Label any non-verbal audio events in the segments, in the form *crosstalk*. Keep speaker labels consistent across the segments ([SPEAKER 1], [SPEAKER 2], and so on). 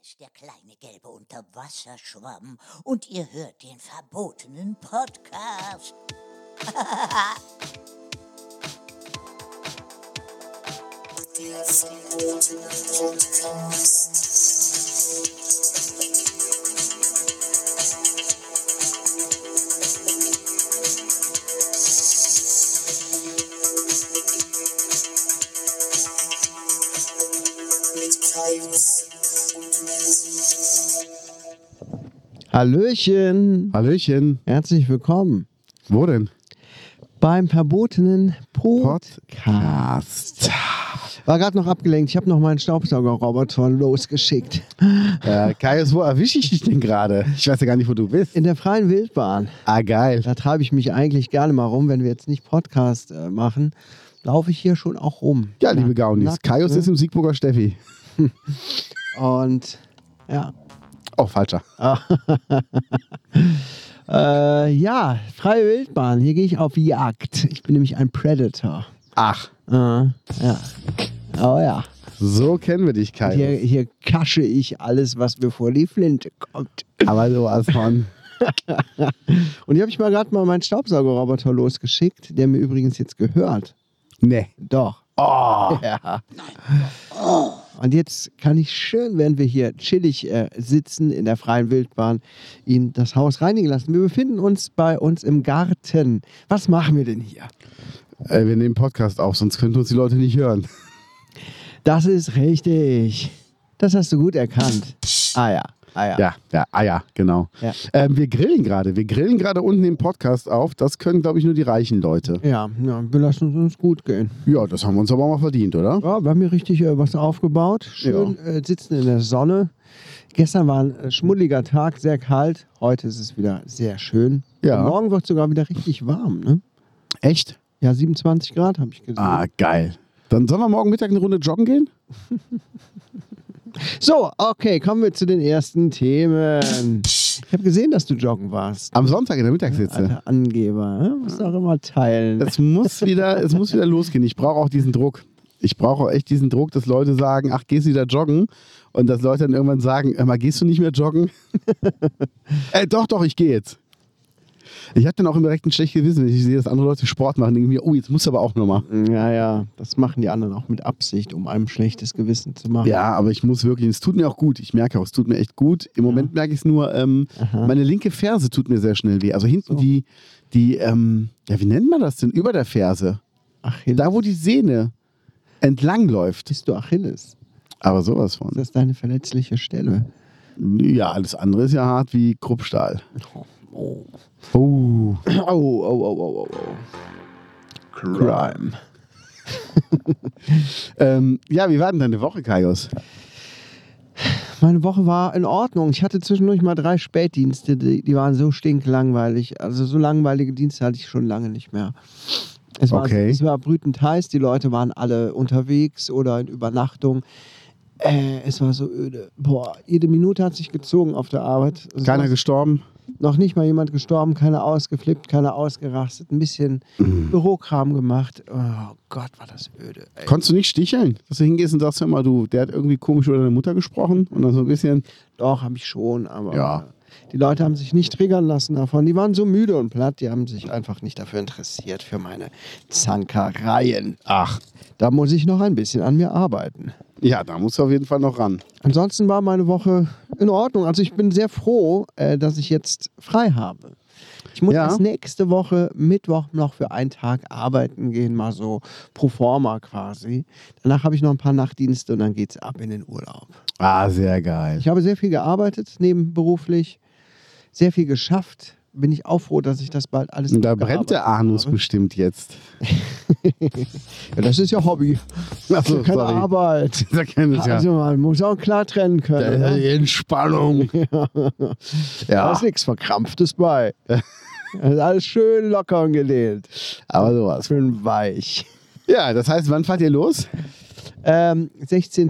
[SPEAKER 1] ist der kleine gelbe Unterwasserschwamm und ihr hört den verbotenen Podcast. *laughs*
[SPEAKER 2] Hallöchen,
[SPEAKER 3] Hallöchen.
[SPEAKER 2] herzlich willkommen
[SPEAKER 3] Wo denn?
[SPEAKER 2] beim verbotenen Podcast.
[SPEAKER 3] Podcast.
[SPEAKER 2] War gerade noch abgelenkt, ich habe noch meinen Staubsaugerroboter losgeschickt.
[SPEAKER 3] Äh, Kaius, wo erwische ich dich denn gerade? Ich weiß ja gar nicht, wo du bist.
[SPEAKER 2] In der freien Wildbahn,
[SPEAKER 3] Ah, geil.
[SPEAKER 2] da treibe ich mich eigentlich gerne mal rum, wenn wir jetzt nicht Podcast äh, machen, laufe ich hier schon auch rum.
[SPEAKER 3] Ja, liebe Gaunis,
[SPEAKER 2] nackt,
[SPEAKER 3] Kaius
[SPEAKER 2] ne?
[SPEAKER 3] ist im Siegburger Steffi.
[SPEAKER 2] Und ja.
[SPEAKER 3] Oh, falscher.
[SPEAKER 2] Äh, ja, freie Wildbahn, hier gehe ich auf Jagd. Ich bin nämlich ein Predator.
[SPEAKER 3] Ach,
[SPEAKER 2] Äh, ja. Oh ja.
[SPEAKER 3] so kennen wir dich,
[SPEAKER 2] Hier,
[SPEAKER 3] Kaius.
[SPEAKER 2] hier kasche ich alles, was mir vor die Flinte kommt.
[SPEAKER 3] Aber sowas von.
[SPEAKER 2] Und hier habe ich mal gerade mal meinen Staubsaugerroboter losgeschickt, der mir übrigens jetzt gehört.
[SPEAKER 3] Nee.
[SPEAKER 2] Doch.
[SPEAKER 3] Oh.
[SPEAKER 2] *laughs* Ja. Und jetzt kann ich schön, während wir hier chillig äh, sitzen in der freien Wildbahn, ihn das Haus reinigen lassen. Wir befinden uns bei uns im Garten. Was machen wir denn hier?
[SPEAKER 3] Äh, wir nehmen Podcast auf, sonst könnten uns die Leute nicht hören.
[SPEAKER 2] Das ist richtig. Das hast du gut erkannt. Ah ja, ah ja.
[SPEAKER 3] Ja, ja, ah ja, genau.
[SPEAKER 2] Ja.
[SPEAKER 3] Ähm, wir grillen gerade. Wir grillen gerade unten den Podcast auf. Das können, glaube ich, nur die reichen Leute.
[SPEAKER 2] Ja, ja, wir lassen es uns gut gehen.
[SPEAKER 3] Ja, das haben wir uns aber auch mal verdient, oder?
[SPEAKER 2] Ja, wir haben hier richtig äh, was aufgebaut. Schön äh, sitzen in der Sonne. Gestern war ein äh, schmuddeliger Tag, sehr kalt. Heute ist es wieder sehr schön.
[SPEAKER 3] Ja.
[SPEAKER 2] Und Morgen wird es sogar wieder richtig warm. Ne?
[SPEAKER 3] Echt?
[SPEAKER 2] Ja, 27 Grad habe ich gesehen.
[SPEAKER 3] Ah, geil. Dann sollen wir morgen Mittag eine Runde joggen gehen?
[SPEAKER 2] So, okay, kommen wir zu den ersten Themen. Ich habe gesehen, dass du joggen warst.
[SPEAKER 3] Am Sonntag in der Mittagssitze.
[SPEAKER 2] Alter Angeber, ne? musst auch immer teilen.
[SPEAKER 3] Es muss wieder, es muss wieder losgehen. Ich brauche auch diesen Druck. Ich brauche auch echt diesen Druck, dass Leute sagen, ach, gehst du wieder joggen? Und dass Leute dann irgendwann sagen, hör mal, gehst du nicht mehr
[SPEAKER 2] *laughs*
[SPEAKER 3] joggen? äh, doch, doch, ich gehe jetzt. Ich habe dann auch immer direkt ein schlechtes Gewissen, wenn ich sehe, dass andere Leute Sport machen, denke ich mir, oh, jetzt muss aber auch nochmal.
[SPEAKER 2] Ja, ja, das machen die anderen auch mit Absicht, um einem schlechtes Gewissen zu machen.
[SPEAKER 3] Ja, aber ich muss wirklich, es tut mir auch gut. Ich merke auch, es tut mir echt gut. Im Moment merke ich es nur, ähm,
[SPEAKER 2] Aha.
[SPEAKER 3] meine linke Ferse tut mir sehr schnell weh. Also hinten
[SPEAKER 2] So.
[SPEAKER 3] die, die, ähm, ja, wie nennt man das denn? Über der Ferse.
[SPEAKER 2] Achilles.
[SPEAKER 3] Da, wo die Sehne entlang läuft.
[SPEAKER 2] bist du Achilles.
[SPEAKER 3] Aber sowas von.
[SPEAKER 2] Das ist deine verletzliche Stelle.
[SPEAKER 3] Ja, alles andere ist ja hart wie Kruppstahl.
[SPEAKER 2] Oh, oh.
[SPEAKER 3] Oh.
[SPEAKER 2] Oh, oh, oh, oh, oh, oh. Crime.
[SPEAKER 3] *laughs* Ähm, ja, wie war denn deine Woche, Kaius?
[SPEAKER 2] Meine Woche war in Ordnung. Ich hatte zwischendurch mal drei Spätdienste, die, die waren so stinklangweilig. Also so langweilige Dienste hatte ich schon lange nicht mehr. Es war,
[SPEAKER 3] Okay.
[SPEAKER 2] es war brütend heiß, die Leute waren alle unterwegs oder in Übernachtung. Äh, es war so öde. Boah, jede Minute hat sich gezogen auf der Arbeit. Also
[SPEAKER 3] Keiner
[SPEAKER 2] es war
[SPEAKER 3] gestorben?
[SPEAKER 2] noch nicht mal jemand gestorben, keiner ausgeflippt, keiner ausgerastet, ein bisschen
[SPEAKER 3] Mhm.
[SPEAKER 2] Bürokram gemacht. Oh Gott, war das öde. Ey.
[SPEAKER 3] Konntest du nicht sticheln? Dass du hingehst und sagst, hör mal, du, der hat irgendwie komisch über deine Mutter gesprochen und dann so ein bisschen.
[SPEAKER 2] Doch, habe ich schon, aber
[SPEAKER 3] Ja.
[SPEAKER 2] äh, die Leute haben sich nicht triggern lassen davon. Die waren so müde und platt, die haben sich einfach nicht dafür interessiert, für meine Zankereien.
[SPEAKER 3] Ach.
[SPEAKER 2] Da muss ich noch ein bisschen an mir arbeiten.
[SPEAKER 3] Ja, da musst du auf jeden Fall noch ran.
[SPEAKER 2] Ansonsten war meine Woche in Ordnung. Also ich bin sehr froh, äh, dass ich jetzt frei habe. Ich muss
[SPEAKER 3] Ja.
[SPEAKER 2] erst nächste Woche Mittwoch noch für einen Tag arbeiten gehen, mal so pro forma quasi. Danach habe ich noch ein paar Nachtdienste und dann geht's ab in den Urlaub.
[SPEAKER 3] Ah, sehr geil.
[SPEAKER 2] Ich habe sehr viel gearbeitet, nebenberuflich, sehr viel geschafft. Bin ich auch froh, dass ich das bald alles.
[SPEAKER 3] Und da brennt der Anus
[SPEAKER 2] abgearbeitet
[SPEAKER 3] bestimmt jetzt. *laughs*
[SPEAKER 2] habe. Ja, das ist ja Hobby. Das ist
[SPEAKER 3] Achso,
[SPEAKER 2] ja keine
[SPEAKER 3] sorry.
[SPEAKER 2] Arbeit.
[SPEAKER 3] Da kennt es ja.
[SPEAKER 2] Also man muss auch klar trennen können.
[SPEAKER 3] Da-
[SPEAKER 2] ne?
[SPEAKER 3] *laughs* Entspannung.
[SPEAKER 2] Da
[SPEAKER 3] ja,
[SPEAKER 2] ist nichts Verkrampftes
[SPEAKER 3] *laughs*
[SPEAKER 2] bei. Das ist alles schön locker und gelehnt.
[SPEAKER 3] aber sowas.
[SPEAKER 2] Schön weich.
[SPEAKER 3] Ja, das heißt, wann fahrt ihr los?
[SPEAKER 2] Ähm, 16.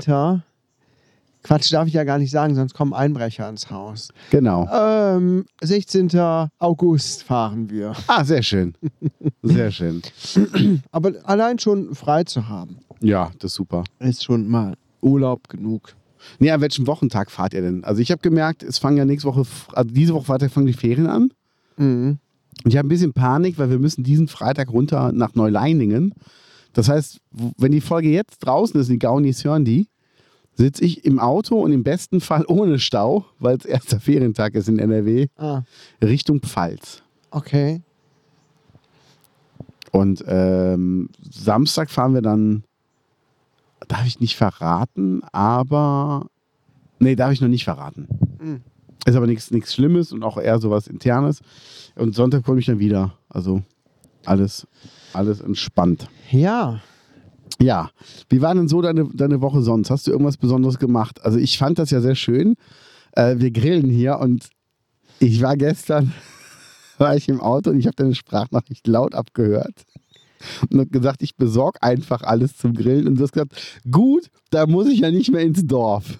[SPEAKER 2] Quatsch, darf ich ja gar nicht sagen, sonst kommen Einbrecher ins Haus.
[SPEAKER 3] Genau.
[SPEAKER 2] Ähm, 16. August fahren wir.
[SPEAKER 3] Ah, sehr schön. Sehr schön.
[SPEAKER 2] Aber allein schon frei zu haben.
[SPEAKER 3] Ja, das ist super.
[SPEAKER 2] ist schon mal Urlaub genug.
[SPEAKER 3] Nee, an welchem Wochentag fahrt ihr denn? Also ich habe gemerkt, es fangen ja nächste Woche, also diese Woche Freitag fangen die Ferien an.
[SPEAKER 2] Mhm.
[SPEAKER 3] Und ich habe ein bisschen Panik, weil wir müssen diesen Freitag runter nach Neuleiningen. Das heißt, w- wenn die Folge jetzt draußen ist, die Gaunis hören die, sitze ich im Auto und im besten Fall ohne Stau, weil es erster Ferientag ist in NRW,
[SPEAKER 2] Ah,
[SPEAKER 3] Richtung Pfalz.
[SPEAKER 2] okay.
[SPEAKER 3] Und ähm, Samstag fahren wir dann, darf ich nicht verraten, aber, nee, darf ich noch nicht verraten.
[SPEAKER 2] Mhm.
[SPEAKER 3] Ist aber nichts nichts Schlimmes und auch eher sowas Internes. Und Sonntag komme ich dann wieder. Also alles, alles entspannt.
[SPEAKER 2] Ja.
[SPEAKER 3] Ja, wie war denn so deine, deine Woche sonst? Hast du irgendwas Besonderes gemacht? Also ich fand das ja sehr schön. Äh, wir grillen hier und ich war gestern, *laughs* war ich im Auto und ich habe deine Sprachnachricht laut abgehört und hab gesagt, ich besorge einfach alles zum Grillen. Und du hast gesagt, gut, da muss ich ja nicht mehr ins Dorf.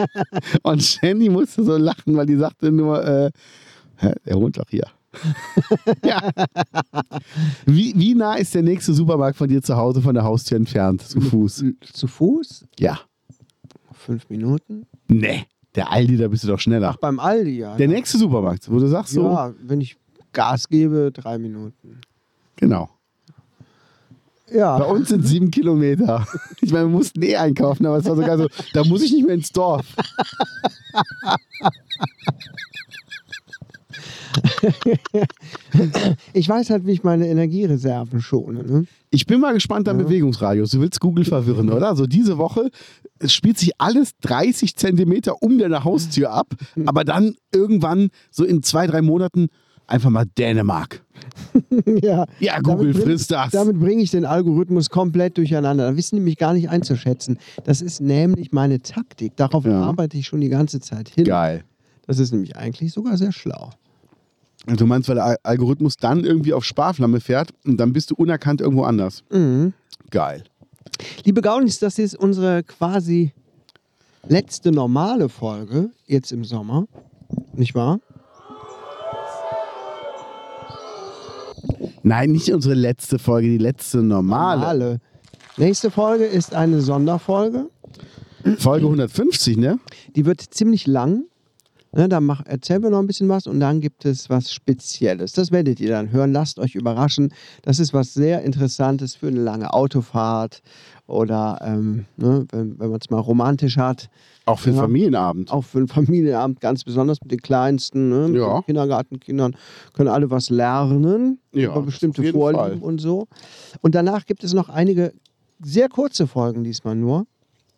[SPEAKER 3] *laughs* und Shandy musste so lachen, weil die sagte nur, äh, hä, der wohnt doch hier. *laughs* ja. wie, wie nah ist der nächste Supermarkt von dir zu Hause von der Haustür entfernt? Zu Fuß?
[SPEAKER 2] Zu Fuß?
[SPEAKER 3] Ja.
[SPEAKER 2] Fünf Minuten.
[SPEAKER 3] Nee, der Aldi, da bist du doch schneller.
[SPEAKER 2] Beim Aldi, ja.
[SPEAKER 3] Der nächste Supermarkt, wo du sagst so.
[SPEAKER 2] Ja, wenn ich Gas gebe, drei Minuten.
[SPEAKER 3] Genau. Bei
[SPEAKER 2] Ja.
[SPEAKER 3] uns sind sieben Kilometer. Ich meine, wir mussten eh einkaufen, aber es war sogar so, da muss ich nicht mehr ins Dorf.
[SPEAKER 2] Ich weiß halt, wie ich meine Energiereserven schone. Ne? *laughs*
[SPEAKER 3] Ich bin mal gespannt am Bewegungsradius. Du willst Google verwirren, oder? So diese Woche es spielt sich alles 30 Zentimeter um deine Haustür ab, aber dann irgendwann, so in zwei, drei Monaten, einfach mal Dänemark.
[SPEAKER 2] ja.
[SPEAKER 3] Ja, Google
[SPEAKER 2] bring-
[SPEAKER 3] frisst das.
[SPEAKER 2] Damit bringe ich den Algorithmus komplett durcheinander. Da wissen die mich gar nicht einzuschätzen. Das ist nämlich meine Taktik. Darauf
[SPEAKER 3] Ja.
[SPEAKER 2] arbeite ich schon die ganze Zeit hin.
[SPEAKER 3] Geil.
[SPEAKER 2] Das ist nämlich eigentlich sogar sehr schlau.
[SPEAKER 3] Du meinst, weil der Al- Algorithmus dann irgendwie auf Sparflamme fährt und dann bist du unerkannt irgendwo anders. Geil.
[SPEAKER 2] Liebe Gaunis, das ist unsere quasi letzte normale Folge jetzt im Sommer. Nicht wahr?
[SPEAKER 3] Nein, nicht unsere letzte Folge, die letzte normale.
[SPEAKER 2] Alle. Nächste Folge ist eine Sonderfolge.
[SPEAKER 3] Folge 150, ne?
[SPEAKER 2] Die wird ziemlich lang. Ne, da mach, erzählen wir noch ein bisschen was und dann gibt es was Spezielles. Das werdet ihr dann hören. Lasst euch überraschen. Das ist was sehr Interessantes für eine lange Autofahrt oder ähm, ne, wenn, wenn man es mal romantisch hat.
[SPEAKER 3] Auch für den
[SPEAKER 2] Ja.
[SPEAKER 3] Familienabend.
[SPEAKER 2] Auch für einen Familienabend ganz besonders mit den Kleinsten, ne, mit
[SPEAKER 3] Ja.
[SPEAKER 2] den Kindergartenkindern können alle was lernen
[SPEAKER 3] Ja,
[SPEAKER 2] über bestimmte
[SPEAKER 3] auf jeden
[SPEAKER 2] Vorlieben
[SPEAKER 3] Fall.
[SPEAKER 2] und so. Und danach gibt es noch einige sehr kurze Folgen diesmal nur,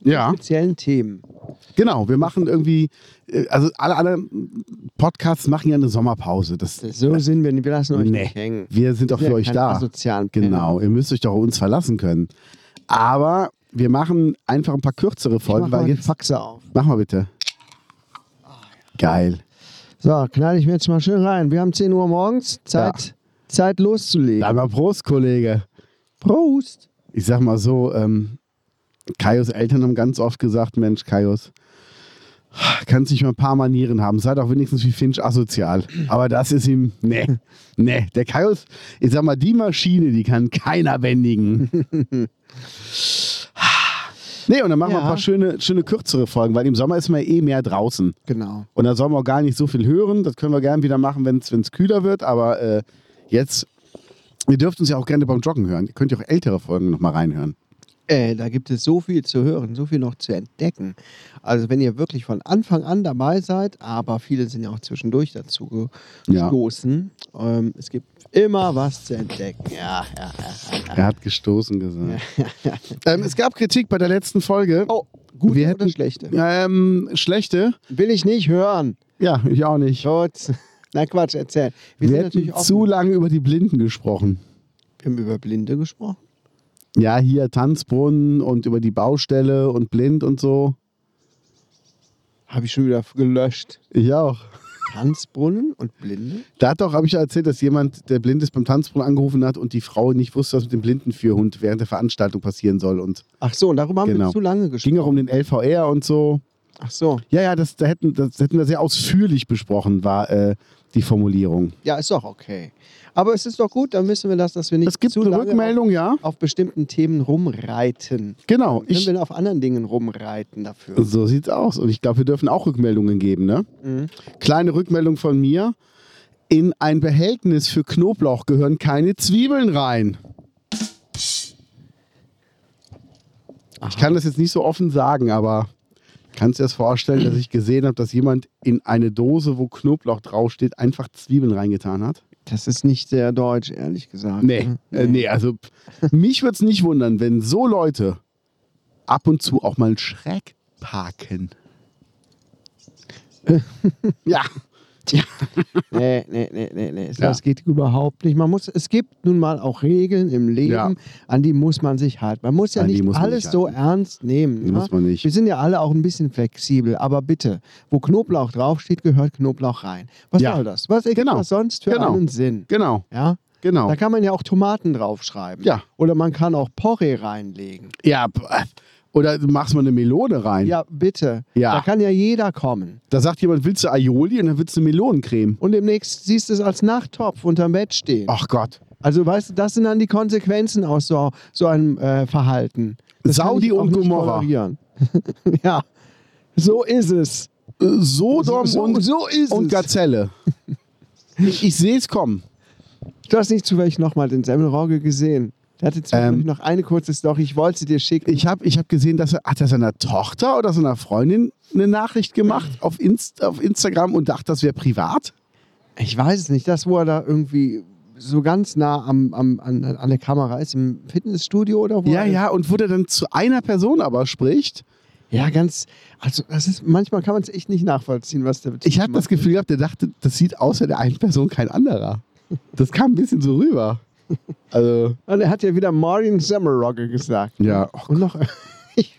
[SPEAKER 3] Ja.
[SPEAKER 2] speziellen Themen.
[SPEAKER 3] Genau, wir machen irgendwie, äh, also alle, alle Podcasts machen ja eine Sommerpause. Das,
[SPEAKER 2] So sind wir, nicht. wir lassen euch
[SPEAKER 3] nee,
[SPEAKER 2] nicht hängen.
[SPEAKER 3] wir sind doch für
[SPEAKER 2] Ja,
[SPEAKER 3] euch
[SPEAKER 2] keine
[SPEAKER 3] da.
[SPEAKER 2] asozialen Penner.
[SPEAKER 3] Genau, ihr müsst euch doch auf uns verlassen können. Aber wir machen einfach ein paar kürzere
[SPEAKER 2] Ich mach
[SPEAKER 3] Folgen,
[SPEAKER 2] mal Ah,
[SPEAKER 3] weil
[SPEAKER 2] die
[SPEAKER 3] jetzt,
[SPEAKER 2] Faxe auf.
[SPEAKER 3] mach mal bitte. Geil.
[SPEAKER 2] So, knall ich mir jetzt mal schön rein. Wir haben 10 Uhr morgens, Zeit, Zeit loszulegen.
[SPEAKER 3] Einmal Prost, Kollege.
[SPEAKER 2] Prost!
[SPEAKER 3] Ich sag mal so, ähm, Kaios Eltern haben ganz oft gesagt, Mensch, Kaios, kannst nicht mal ein paar Manieren haben. Sei doch wenigstens wie Finch asozial. Aber das ist ihm, nee, nee. Der Kaios, ich sag mal, die Maschine, die kann keiner bändigen. Nee, und dann machen wir
[SPEAKER 2] Ja.
[SPEAKER 3] ein paar schöne, schöne kürzere Folgen, weil im Sommer ist man eh mehr draußen.
[SPEAKER 2] Genau.
[SPEAKER 3] Und da sollen wir auch gar nicht so viel hören. Das können wir gerne wieder machen, wenn es kühler wird. Aber äh, jetzt, ihr dürft uns ja auch gerne beim Joggen hören. Ihr könnt ja auch ältere Folgen nochmal reinhören.
[SPEAKER 2] Äh, da gibt es so viel zu hören, so viel noch zu entdecken. Also wenn ihr wirklich von Anfang an dabei seid, aber viele sind ja auch zwischendurch dazu
[SPEAKER 3] Ja.
[SPEAKER 2] gestoßen. Ähm, es gibt immer was zu entdecken. Ja, ja, ja.
[SPEAKER 3] Er hat
[SPEAKER 2] *laughs*
[SPEAKER 3] gestoßen gesagt. ähm, es gab Kritik bei der letzten Folge.
[SPEAKER 2] Oh, gute
[SPEAKER 3] Wir
[SPEAKER 2] oder
[SPEAKER 3] hätten-
[SPEAKER 2] schlechte?
[SPEAKER 3] Ähm, schlechte?
[SPEAKER 2] Will ich nicht hören.
[SPEAKER 3] Ja, ich auch nicht.
[SPEAKER 2] Schutz. *laughs* Na Quatsch, erzähl. Wir,
[SPEAKER 3] Wir
[SPEAKER 2] sind natürlich
[SPEAKER 3] hätten
[SPEAKER 2] auch
[SPEAKER 3] zu lange über die Blinden gesprochen.
[SPEAKER 2] wir haben über Blinde gesprochen.
[SPEAKER 3] Ja, hier Tanzbrunnen und über die Baustelle und blind und so.
[SPEAKER 2] Habe ich schon wieder gelöscht.
[SPEAKER 3] Ich auch.
[SPEAKER 2] Tanzbrunnen und Blinde?
[SPEAKER 3] Da hat doch, habe ich ja erzählt, dass jemand, der blind ist, beim Tanzbrunnen angerufen hat und die Frau nicht wusste, was mit dem Blindenführhund während der Veranstaltung passieren soll. Und
[SPEAKER 2] Ach so, und darüber haben
[SPEAKER 3] Genau.
[SPEAKER 2] wir zu lange
[SPEAKER 3] es ging
[SPEAKER 2] gesprochen.
[SPEAKER 3] auch um den LVR und so.
[SPEAKER 2] Ach so.
[SPEAKER 3] Ja, ja, das, da hätten, das hätten wir sehr ausführlich besprochen, war äh, die Formulierung.
[SPEAKER 2] Ja, ist doch okay. Aber es ist doch gut, dann wissen wir das, dass wir nicht
[SPEAKER 3] Es gibt
[SPEAKER 2] zu
[SPEAKER 3] eine
[SPEAKER 2] lange
[SPEAKER 3] Rückmeldung, ja.
[SPEAKER 2] auf, auf bestimmten Themen rumreiten.
[SPEAKER 3] Genau.
[SPEAKER 2] Können
[SPEAKER 3] Ich,
[SPEAKER 2] wir auf anderen Dingen rumreiten dafür.
[SPEAKER 3] so sieht's aus. Und ich glaube, wir dürfen auch Rückmeldungen geben, ne? Kleine Rückmeldung von mir. In ein Behältnis für Knoblauch gehören keine Zwiebeln rein. Ich kann das jetzt nicht so offen sagen, aber kannst du dir das vorstellen, dass ich gesehen habe, dass jemand in eine Dose, wo Knoblauch draufsteht, einfach Zwiebeln reingetan hat?
[SPEAKER 2] Das ist nicht sehr deutsch, ehrlich gesagt. Hm?
[SPEAKER 3] Nee, äh, nee also pff, *laughs* mich würde es nicht wundern, wenn so Leute ab und zu auch mal schräg *laughs* parken. ja,
[SPEAKER 2] Nee, nee, nee, nee, nee.
[SPEAKER 3] Ja.
[SPEAKER 2] Das geht überhaupt nicht. Man muss, es gibt nun mal auch Regeln im Leben,
[SPEAKER 3] Ja.
[SPEAKER 2] an die muss man sich halten. Man muss ja
[SPEAKER 3] An die
[SPEAKER 2] nicht
[SPEAKER 3] muss man
[SPEAKER 2] alles
[SPEAKER 3] sich
[SPEAKER 2] so ernst nehmen.
[SPEAKER 3] Nee,
[SPEAKER 2] ja?
[SPEAKER 3] muss man nicht.
[SPEAKER 2] Wir sind ja alle auch ein bisschen flexibel, aber bitte, wo Knoblauch draufsteht, gehört Knoblauch rein. Was
[SPEAKER 3] Ja.
[SPEAKER 2] soll das? Was ergibt
[SPEAKER 3] Genau.
[SPEAKER 2] das sonst für
[SPEAKER 3] Genau.
[SPEAKER 2] einen Sinn?
[SPEAKER 3] genau,
[SPEAKER 2] Ja?
[SPEAKER 3] genau.
[SPEAKER 2] Da kann man ja auch Tomaten draufschreiben.
[SPEAKER 3] Ja.
[SPEAKER 2] Oder man kann auch Porree reinlegen.
[SPEAKER 3] Ja, p- oder du machst mal eine Melone rein.
[SPEAKER 2] Ja, bitte.
[SPEAKER 3] Ja.
[SPEAKER 2] Da kann ja jeder kommen.
[SPEAKER 3] Da sagt jemand, willst du Aioli und dann willst du Melonencreme.
[SPEAKER 2] Und demnächst siehst du es als Nachttopf unterm Bett stehen.
[SPEAKER 3] Ach Gott.
[SPEAKER 2] Also weißt du, das sind dann die Konsequenzen aus so, so einem äh, Verhalten. Das kann
[SPEAKER 3] Saudi
[SPEAKER 2] ich auch
[SPEAKER 3] und
[SPEAKER 2] nicht
[SPEAKER 3] Gomorra.
[SPEAKER 2] tolerieren. *laughs* ja, so ist es.
[SPEAKER 3] Äh, Sodom
[SPEAKER 2] So-
[SPEAKER 3] und,
[SPEAKER 2] so ist
[SPEAKER 3] und
[SPEAKER 2] es.
[SPEAKER 3] *laughs* Gazelle. ich ich sehe es kommen.
[SPEAKER 2] Du hast nicht zufällig nochmal den Semmelrogge gesehen. Der hatte zwischendurch
[SPEAKER 3] Ähm.
[SPEAKER 2] noch eine kurze Story, ich wollte sie dir schicken.
[SPEAKER 3] Ich habe ich hab gesehen, dass er, hat er seiner Tochter oder seiner Freundin eine Nachricht gemacht auf, Inst auf Instagram und dachte, das wäre privat.
[SPEAKER 2] Ich weiß es nicht, das, wo er da irgendwie so ganz nah am, am, an, an der Kamera ist, im Fitnessstudio oder wo?
[SPEAKER 3] Ja,
[SPEAKER 2] er ist.
[SPEAKER 3] ja, und wo der dann zu einer Person aber spricht.
[SPEAKER 2] Ja, ganz. Also, das ist, manchmal kann man es echt nicht nachvollziehen, was der
[SPEAKER 3] Ich habe das Gefühl gehabt, der dachte, das sieht außer der einen Person kein anderer. Das kam ein bisschen so rüber. Also,
[SPEAKER 2] Und er hat ja wieder Marion Semmelrogge gesagt.
[SPEAKER 3] ja, oh
[SPEAKER 2] Und noch. *laughs* Ich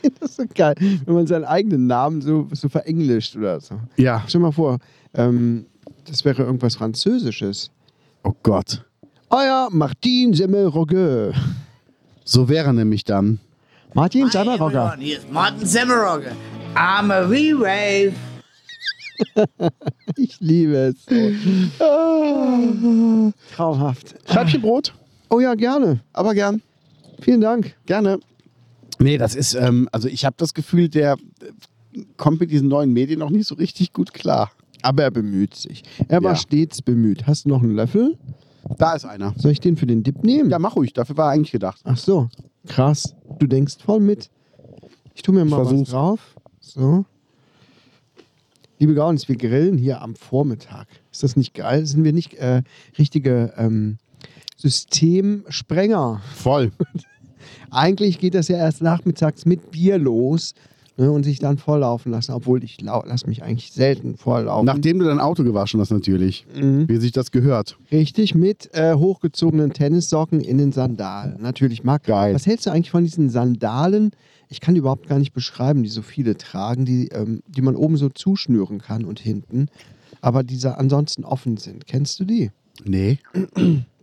[SPEAKER 2] find das ist so geil, wenn man seinen eigenen Namen so, so verenglischt oder so.
[SPEAKER 3] Ja.
[SPEAKER 2] Stell dir mal vor, ähm, das wäre irgendwas Französisches.
[SPEAKER 3] Oh Gott.
[SPEAKER 2] Euer Martin Semmelrogge.
[SPEAKER 3] So wäre nämlich dann.
[SPEAKER 2] Martin
[SPEAKER 4] Hi,
[SPEAKER 2] Semmelrogge.
[SPEAKER 4] everyone. Hier ist Martin Semmerogger. I'm a V-Wave.
[SPEAKER 2] Ich liebe es.
[SPEAKER 3] *laughs*
[SPEAKER 2] Ah. Traumhaft.
[SPEAKER 3] Scheibchenbrot,
[SPEAKER 2] Oh ja, gerne.
[SPEAKER 3] aber gern.
[SPEAKER 2] Vielen Dank.
[SPEAKER 3] Gerne. Nee, das ist, ähm, also ich habe das Gefühl, der äh, kommt mit diesen neuen Medien noch nicht so richtig gut klar.
[SPEAKER 2] Aber er bemüht sich. Er war
[SPEAKER 3] Ja.
[SPEAKER 2] stets bemüht. Hast du noch einen Löffel?
[SPEAKER 3] Da ist einer.
[SPEAKER 2] Soll ich den für den Dip nehmen?
[SPEAKER 3] Ja, mach ruhig, dafür war er eigentlich gedacht.
[SPEAKER 2] Ach so, krass. Du denkst voll mit. Ich tue mir mal was
[SPEAKER 3] versuch's.
[SPEAKER 2] drauf. So. Liebe Gaunis, wir grillen hier am Vormittag. Ist das nicht geil? Sind wir nicht äh, richtige ähm, Systemsprenger?
[SPEAKER 3] Voll.
[SPEAKER 2] *laughs* Eigentlich geht das ja erst nachmittags mit Bier los ne, und sich dann volllaufen lassen, obwohl ich lau- lass mich eigentlich selten volllaufen.
[SPEAKER 3] Nachdem du dein Auto gewaschen hast, natürlich.
[SPEAKER 2] Mhm.
[SPEAKER 3] Wie sich das gehört.
[SPEAKER 2] Richtig, mit äh, hochgezogenen Tennissocken in den Sandalen. Natürlich, Marc.
[SPEAKER 3] Geil.
[SPEAKER 2] Was hältst du eigentlich von diesen Sandalen? Ich kann die überhaupt gar nicht beschreiben, die so viele tragen, die, ähm, die man oben so zuschnüren kann und hinten, aber die sa- ansonsten offen sind. Kennst du die?
[SPEAKER 3] Nee.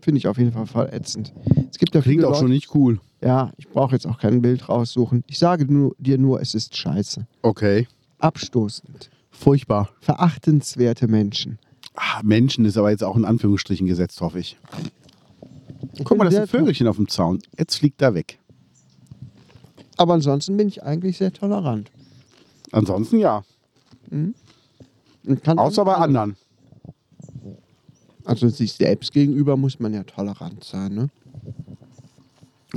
[SPEAKER 2] Finde ich auf jeden Fall voll ätzend. Es gibt ja
[SPEAKER 3] Klingt
[SPEAKER 2] viele
[SPEAKER 3] auch
[SPEAKER 2] Leute,
[SPEAKER 3] schon nicht cool.
[SPEAKER 2] Ja, ich brauche jetzt auch kein Bild raussuchen. Ich sage nur, dir nur, es ist scheiße.
[SPEAKER 3] Okay.
[SPEAKER 2] Abstoßend.
[SPEAKER 3] Furchtbar.
[SPEAKER 2] Verachtenswerte Menschen.
[SPEAKER 3] Ah, Menschen ist aber jetzt auch in Anführungsstrichen gesetzt, hoffe ich. Guck mal, das ist ein Vögelchen auf dem Zaun. Jetzt fliegt er weg.
[SPEAKER 2] Aber ansonsten bin ich eigentlich sehr tolerant.
[SPEAKER 3] Ansonsten ja.
[SPEAKER 2] Und kann
[SPEAKER 3] Außer bei anderen.
[SPEAKER 2] Also sich selbst gegenüber muss man ja tolerant sein, ne?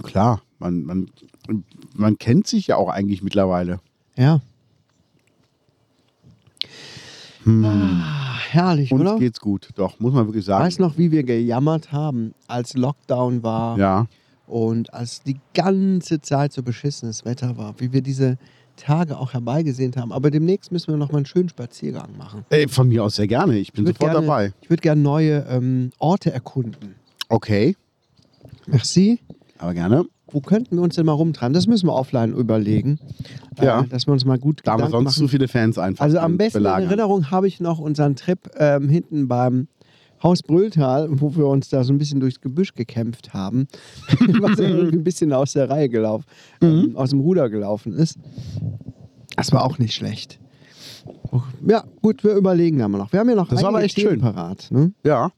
[SPEAKER 3] Klar, man, man, man kennt sich ja auch eigentlich mittlerweile.
[SPEAKER 2] Ja. Ah, herrlich,
[SPEAKER 3] Uns
[SPEAKER 2] oder?
[SPEAKER 3] geht's gut, doch, muss man wirklich sagen.
[SPEAKER 2] Weißt noch, wie wir gejammert haben, als Lockdown war
[SPEAKER 3] Ja,
[SPEAKER 2] und als die ganze Zeit so beschissenes Wetter war, wie wir diese Tage auch herbeigesehnt haben. Aber demnächst müssen wir noch mal einen schönen Spaziergang machen.
[SPEAKER 3] Ey, von mir aus sehr gerne. Ich bin
[SPEAKER 2] Ich würd
[SPEAKER 3] sofort
[SPEAKER 2] gerne,
[SPEAKER 3] dabei.
[SPEAKER 2] Ich würde gerne neue ähm, Orte erkunden.
[SPEAKER 3] Okay,
[SPEAKER 2] Merci.
[SPEAKER 3] aber gerne.
[SPEAKER 2] Wo könnten wir uns denn mal rumtreiben? Das müssen wir offline überlegen.
[SPEAKER 3] Ja.
[SPEAKER 2] Äh, dass wir uns mal gut
[SPEAKER 3] Da haben wir
[SPEAKER 2] Gedanken
[SPEAKER 3] sonst
[SPEAKER 2] machen.
[SPEAKER 3] zu viele Fans einfach.
[SPEAKER 2] Also am besten in
[SPEAKER 3] belagern.
[SPEAKER 2] Erinnerung habe ich noch unseren Trip ähm, hinten beim Haus Brülltal, wo wir uns da so ein bisschen durchs Gebüsch gekämpft haben, *laughs*
[SPEAKER 3] Mhm.
[SPEAKER 2] was irgendwie ein bisschen aus der Reihe gelaufen, ähm, aus dem Ruder gelaufen ist. Das war auch nicht schlecht. Ja, gut, wir überlegen da mal noch. Wir haben ja noch
[SPEAKER 3] Das war
[SPEAKER 2] einige
[SPEAKER 3] aber echt
[SPEAKER 2] Themen
[SPEAKER 3] schön.
[SPEAKER 2] parat. Ne?
[SPEAKER 3] Ja.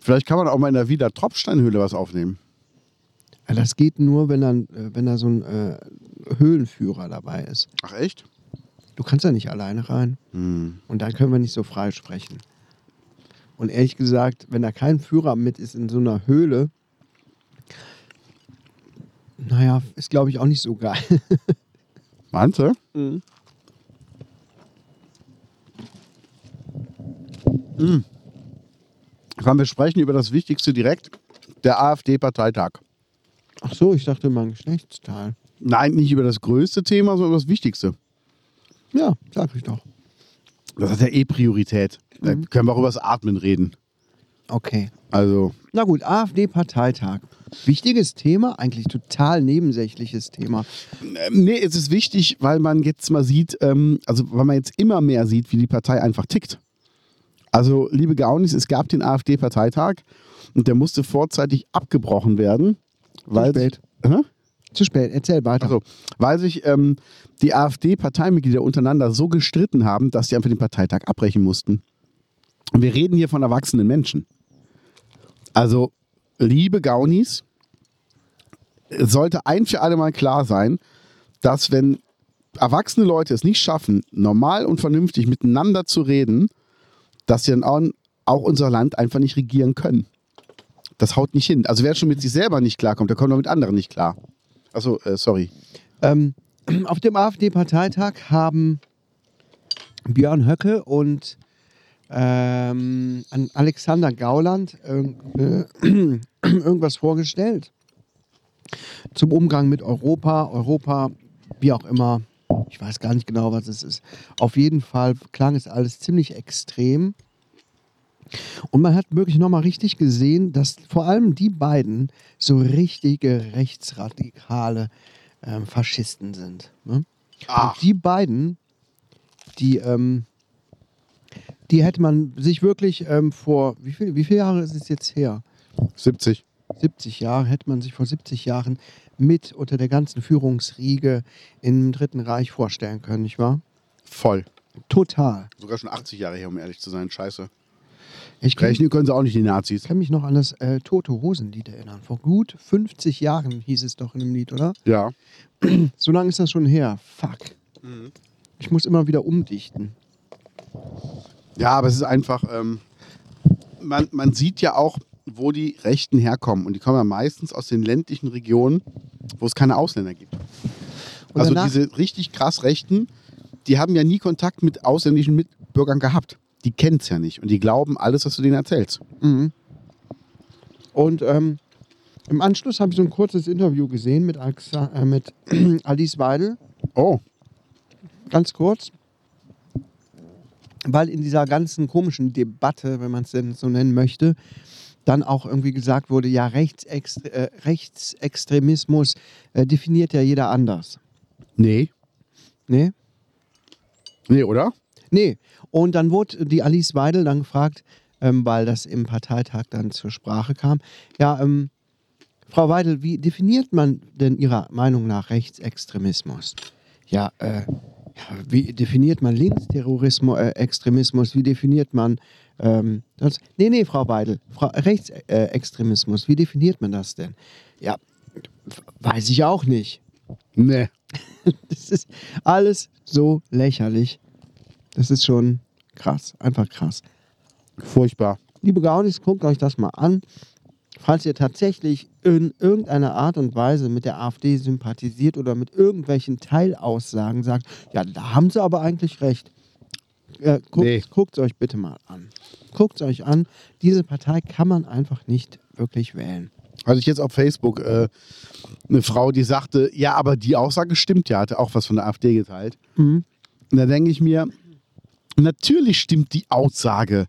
[SPEAKER 3] Vielleicht kann man auch mal in der Wiener Tropfsteinhöhle was aufnehmen.
[SPEAKER 2] Ja, Das geht nur, wenn, dann, äh, wenn da so ein äh, Höhlenführer dabei ist.
[SPEAKER 3] Ach echt?
[SPEAKER 2] Du kannst ja nicht alleine rein. Und dann können wir nicht so frei sprechen. Und ehrlich gesagt, wenn da kein Führer mit ist in so einer Höhle, naja, ist glaube ich auch nicht so geil.
[SPEAKER 3] Meinst du? Mm. Komm, wir sprechen über das Wichtigste direkt, der AfD-Parteitag.
[SPEAKER 2] *laughs* Ach so, ich dachte mal ein Geschlechtsteil.
[SPEAKER 3] Nein, nicht über das größte Thema, sondern über das Wichtigste.
[SPEAKER 2] Ja, sag ich doch.
[SPEAKER 3] Das hat ja eh Priorität. Da können wir auch über das Atmen reden.
[SPEAKER 2] Okay.
[SPEAKER 3] Also,
[SPEAKER 2] Na gut, AfD-Parteitag. Wichtiges Thema, eigentlich total nebensächliches Thema.
[SPEAKER 3] ähm, nee, es ist wichtig, weil man jetzt mal sieht, ähm, also weil man jetzt immer mehr sieht, wie die Partei einfach tickt. Also, liebe Gaunis, es gab den AfD-Parteitag und der musste vorzeitig abgebrochen werden. Weil
[SPEAKER 2] spät.
[SPEAKER 3] Hä?
[SPEAKER 2] Zu spät, erzähl weiter.
[SPEAKER 3] Also, weil sich ähm, die AfD-Parteimitglieder untereinander so gestritten haben, dass sie einfach den Parteitag abbrechen mussten. Und wir reden hier von erwachsenen Menschen. Also, liebe Gaunis, es sollte ein für alle Mal klar sein, dass wenn erwachsene Leute es nicht schaffen, normal und vernünftig miteinander zu reden, dass sie dann auch, auch unser Land einfach nicht regieren können. Das haut nicht hin. Also wer schon mit sich selber nicht klarkommt, der kommt auch mit anderen nicht klar. Achso, äh, sorry.
[SPEAKER 2] Ähm, auf dem AfD-Parteitag haben Björn Höcke und ähm, an Alexander Gauland irg- äh, *clears throat* irgendwas vorgestellt. Zum Umgang mit Europa, Europa, wie auch immer. Ich weiß gar nicht genau, was es ist. Auf jeden Fall klang es alles ziemlich extrem. Und man hat wirklich nochmal richtig gesehen, dass vor allem die beiden so richtige rechtsradikale ähm, Faschisten sind. Ne? Und die beiden, die, ähm, die hätte man sich wirklich ähm, vor, wie viel, wie viele Jahre ist es jetzt her?
[SPEAKER 3] 70.
[SPEAKER 2] 70 Jahre, hätte man sich vor 70 Jahren mit unter der ganzen Führungsriege im Dritten Reich vorstellen können, nicht wahr?
[SPEAKER 3] Voll.
[SPEAKER 2] Total.
[SPEAKER 3] Sogar schon 80 Jahre her, um ehrlich zu sein. Scheiße.
[SPEAKER 2] Ich kann,
[SPEAKER 3] Rechnen können sie auch nicht, die Nazis.
[SPEAKER 2] kann mich noch an das äh, Tote Hosenlied erinnern. Vor gut 50 Jahren hieß es doch in dem Lied, oder?
[SPEAKER 3] Ja.
[SPEAKER 2] So lange ist das schon her. Fuck.
[SPEAKER 3] Mhm.
[SPEAKER 2] Ich muss immer wieder umdichten.
[SPEAKER 3] Ja, aber es ist einfach, ähm, man, man sieht ja auch, wo die Rechten herkommen. Und die kommen ja meistens aus den ländlichen Regionen, wo es keine Ausländer gibt.
[SPEAKER 2] Und
[SPEAKER 3] also
[SPEAKER 2] danach-
[SPEAKER 3] diese richtig krass Rechten, die haben ja nie Kontakt mit ausländischen Mitbürgern gehabt. Die kennen es ja nicht. Und die glauben alles, was du denen erzählst.
[SPEAKER 2] Und ähm, im Anschluss habe ich so ein kurzes Interview gesehen mit, Alexa, äh, mit *clears throat* Alice Weidel,
[SPEAKER 3] Oh,
[SPEAKER 2] ganz kurz. Weil in dieser ganzen komischen Debatte, wenn man es denn so nennen möchte, dann auch irgendwie gesagt wurde, ja, Rechtsextre äh, Rechtsextremismus äh, definiert ja jeder anders. ne?
[SPEAKER 3] nee.
[SPEAKER 2] Nee?
[SPEAKER 3] Nee, oder?
[SPEAKER 2] Nee. Und dann wurde die Alice Weidel dann gefragt, ähm, weil das im Parteitag dann zur Sprache kam. Ja, ähm, Frau Weidel, wie definiert man denn Ihrer Meinung nach Rechtsextremismus? Ja, äh, ja, wie definiert man Linksterrorismus, äh, Extremismus? Wie definiert man ähm, das? Nee, nee, Frau Weidel, Frau, äh, Rechtsextremismus, wie definiert man das denn? Ja, weiß ich auch nicht.
[SPEAKER 3] Nee.
[SPEAKER 2] Das ist alles so lächerlich. Das ist schon krass, einfach krass.
[SPEAKER 3] Furchtbar.
[SPEAKER 2] Liebe Gaunis, guckt euch das mal an. Falls ihr tatsächlich in irgendeiner Art und Weise mit der AfD sympathisiert oder mit irgendwelchen Teilaussagen sagt, ja, da haben sie aber eigentlich recht. Äh, guckt
[SPEAKER 3] Nee.
[SPEAKER 2] es euch bitte mal an. Guckt es euch an. Diese Partei kann man einfach nicht wirklich wählen.
[SPEAKER 3] hatte ich jetzt auf Facebook äh, eine Frau, die sagte, ja, aber die Aussage stimmt ja, hatte auch was von der AfD geteilt. Und da denke ich mir, natürlich stimmt die Aussage,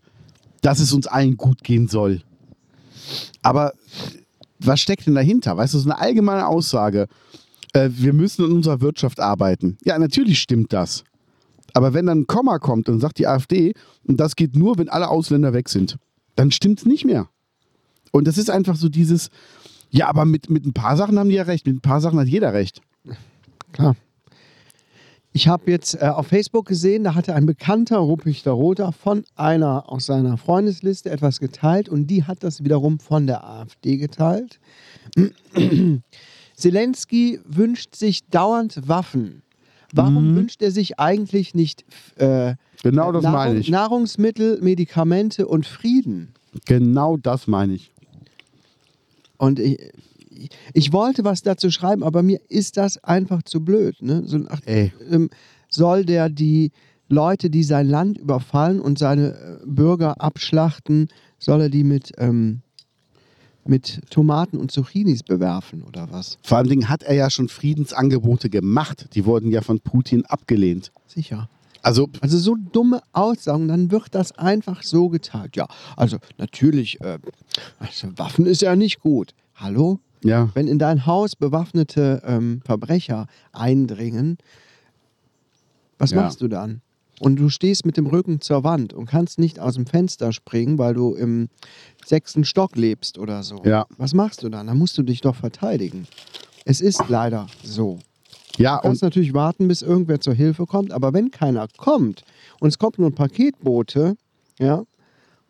[SPEAKER 3] dass es uns allen gut gehen soll. Aber was steckt denn dahinter? Weißt du, so eine allgemeine Aussage, äh, wir müssen an unserer Wirtschaft arbeiten. Ja, natürlich stimmt das. Aber wenn dann ein Komma kommt und sagt die AfD, und das geht nur, wenn alle Ausländer weg sind, dann stimmt es nicht mehr. Und das ist einfach so dieses, ja, aber mit, mit ein paar Sachen haben die ja recht, mit ein paar Sachen hat jeder recht.
[SPEAKER 2] Klar. Ich habe jetzt äh, auf Facebook gesehen, da hatte ein bekannter Ruppichter Roter von einer aus seiner Freundesliste etwas geteilt und die hat das wiederum von der AfD geteilt. Zelensky wünscht sich dauernd Waffen. Warum wünscht er sich eigentlich nicht äh,
[SPEAKER 3] Mhm. Genau das
[SPEAKER 2] Nahrung,
[SPEAKER 3] meine ich.
[SPEAKER 2] Nahrungsmittel, Medikamente und Frieden?
[SPEAKER 3] Genau das meine ich.
[SPEAKER 2] Und ich, ich wollte was dazu schreiben, aber mir ist das einfach zu blöd. Ne? So, ach,
[SPEAKER 3] Ey.
[SPEAKER 2] ähm, soll der die Leute, die sein Land überfallen und seine äh, Bürger abschlachten, soll er die mit, ähm, mit Tomaten und Zucchinis bewerfen oder was?
[SPEAKER 3] Vor allem Dingen hat er ja schon Friedensangebote gemacht. Die wurden ja von Putin abgelehnt.
[SPEAKER 2] Sicher.
[SPEAKER 3] Also
[SPEAKER 2] Also so dumme Aussagen, dann wird das einfach so geteilt. Ja, also natürlich, äh, also Waffen ist ja nicht gut. Hallo?
[SPEAKER 3] Ja.
[SPEAKER 2] Wenn in dein Haus bewaffnete ähm, Verbrecher eindringen, was
[SPEAKER 3] Ja.
[SPEAKER 2] machst du dann? Und du stehst mit dem Rücken zur Wand und kannst nicht aus dem Fenster springen, weil du im sechsten Stock lebst oder so.
[SPEAKER 3] Ja.
[SPEAKER 2] Was machst du dann? Dann musst du dich doch verteidigen. Es ist leider so.
[SPEAKER 3] Ja,
[SPEAKER 2] Du kannst
[SPEAKER 3] und
[SPEAKER 2] natürlich warten, bis irgendwer zur Hilfe kommt, aber wenn keiner kommt und es kommt nur ein Paketbote, ja,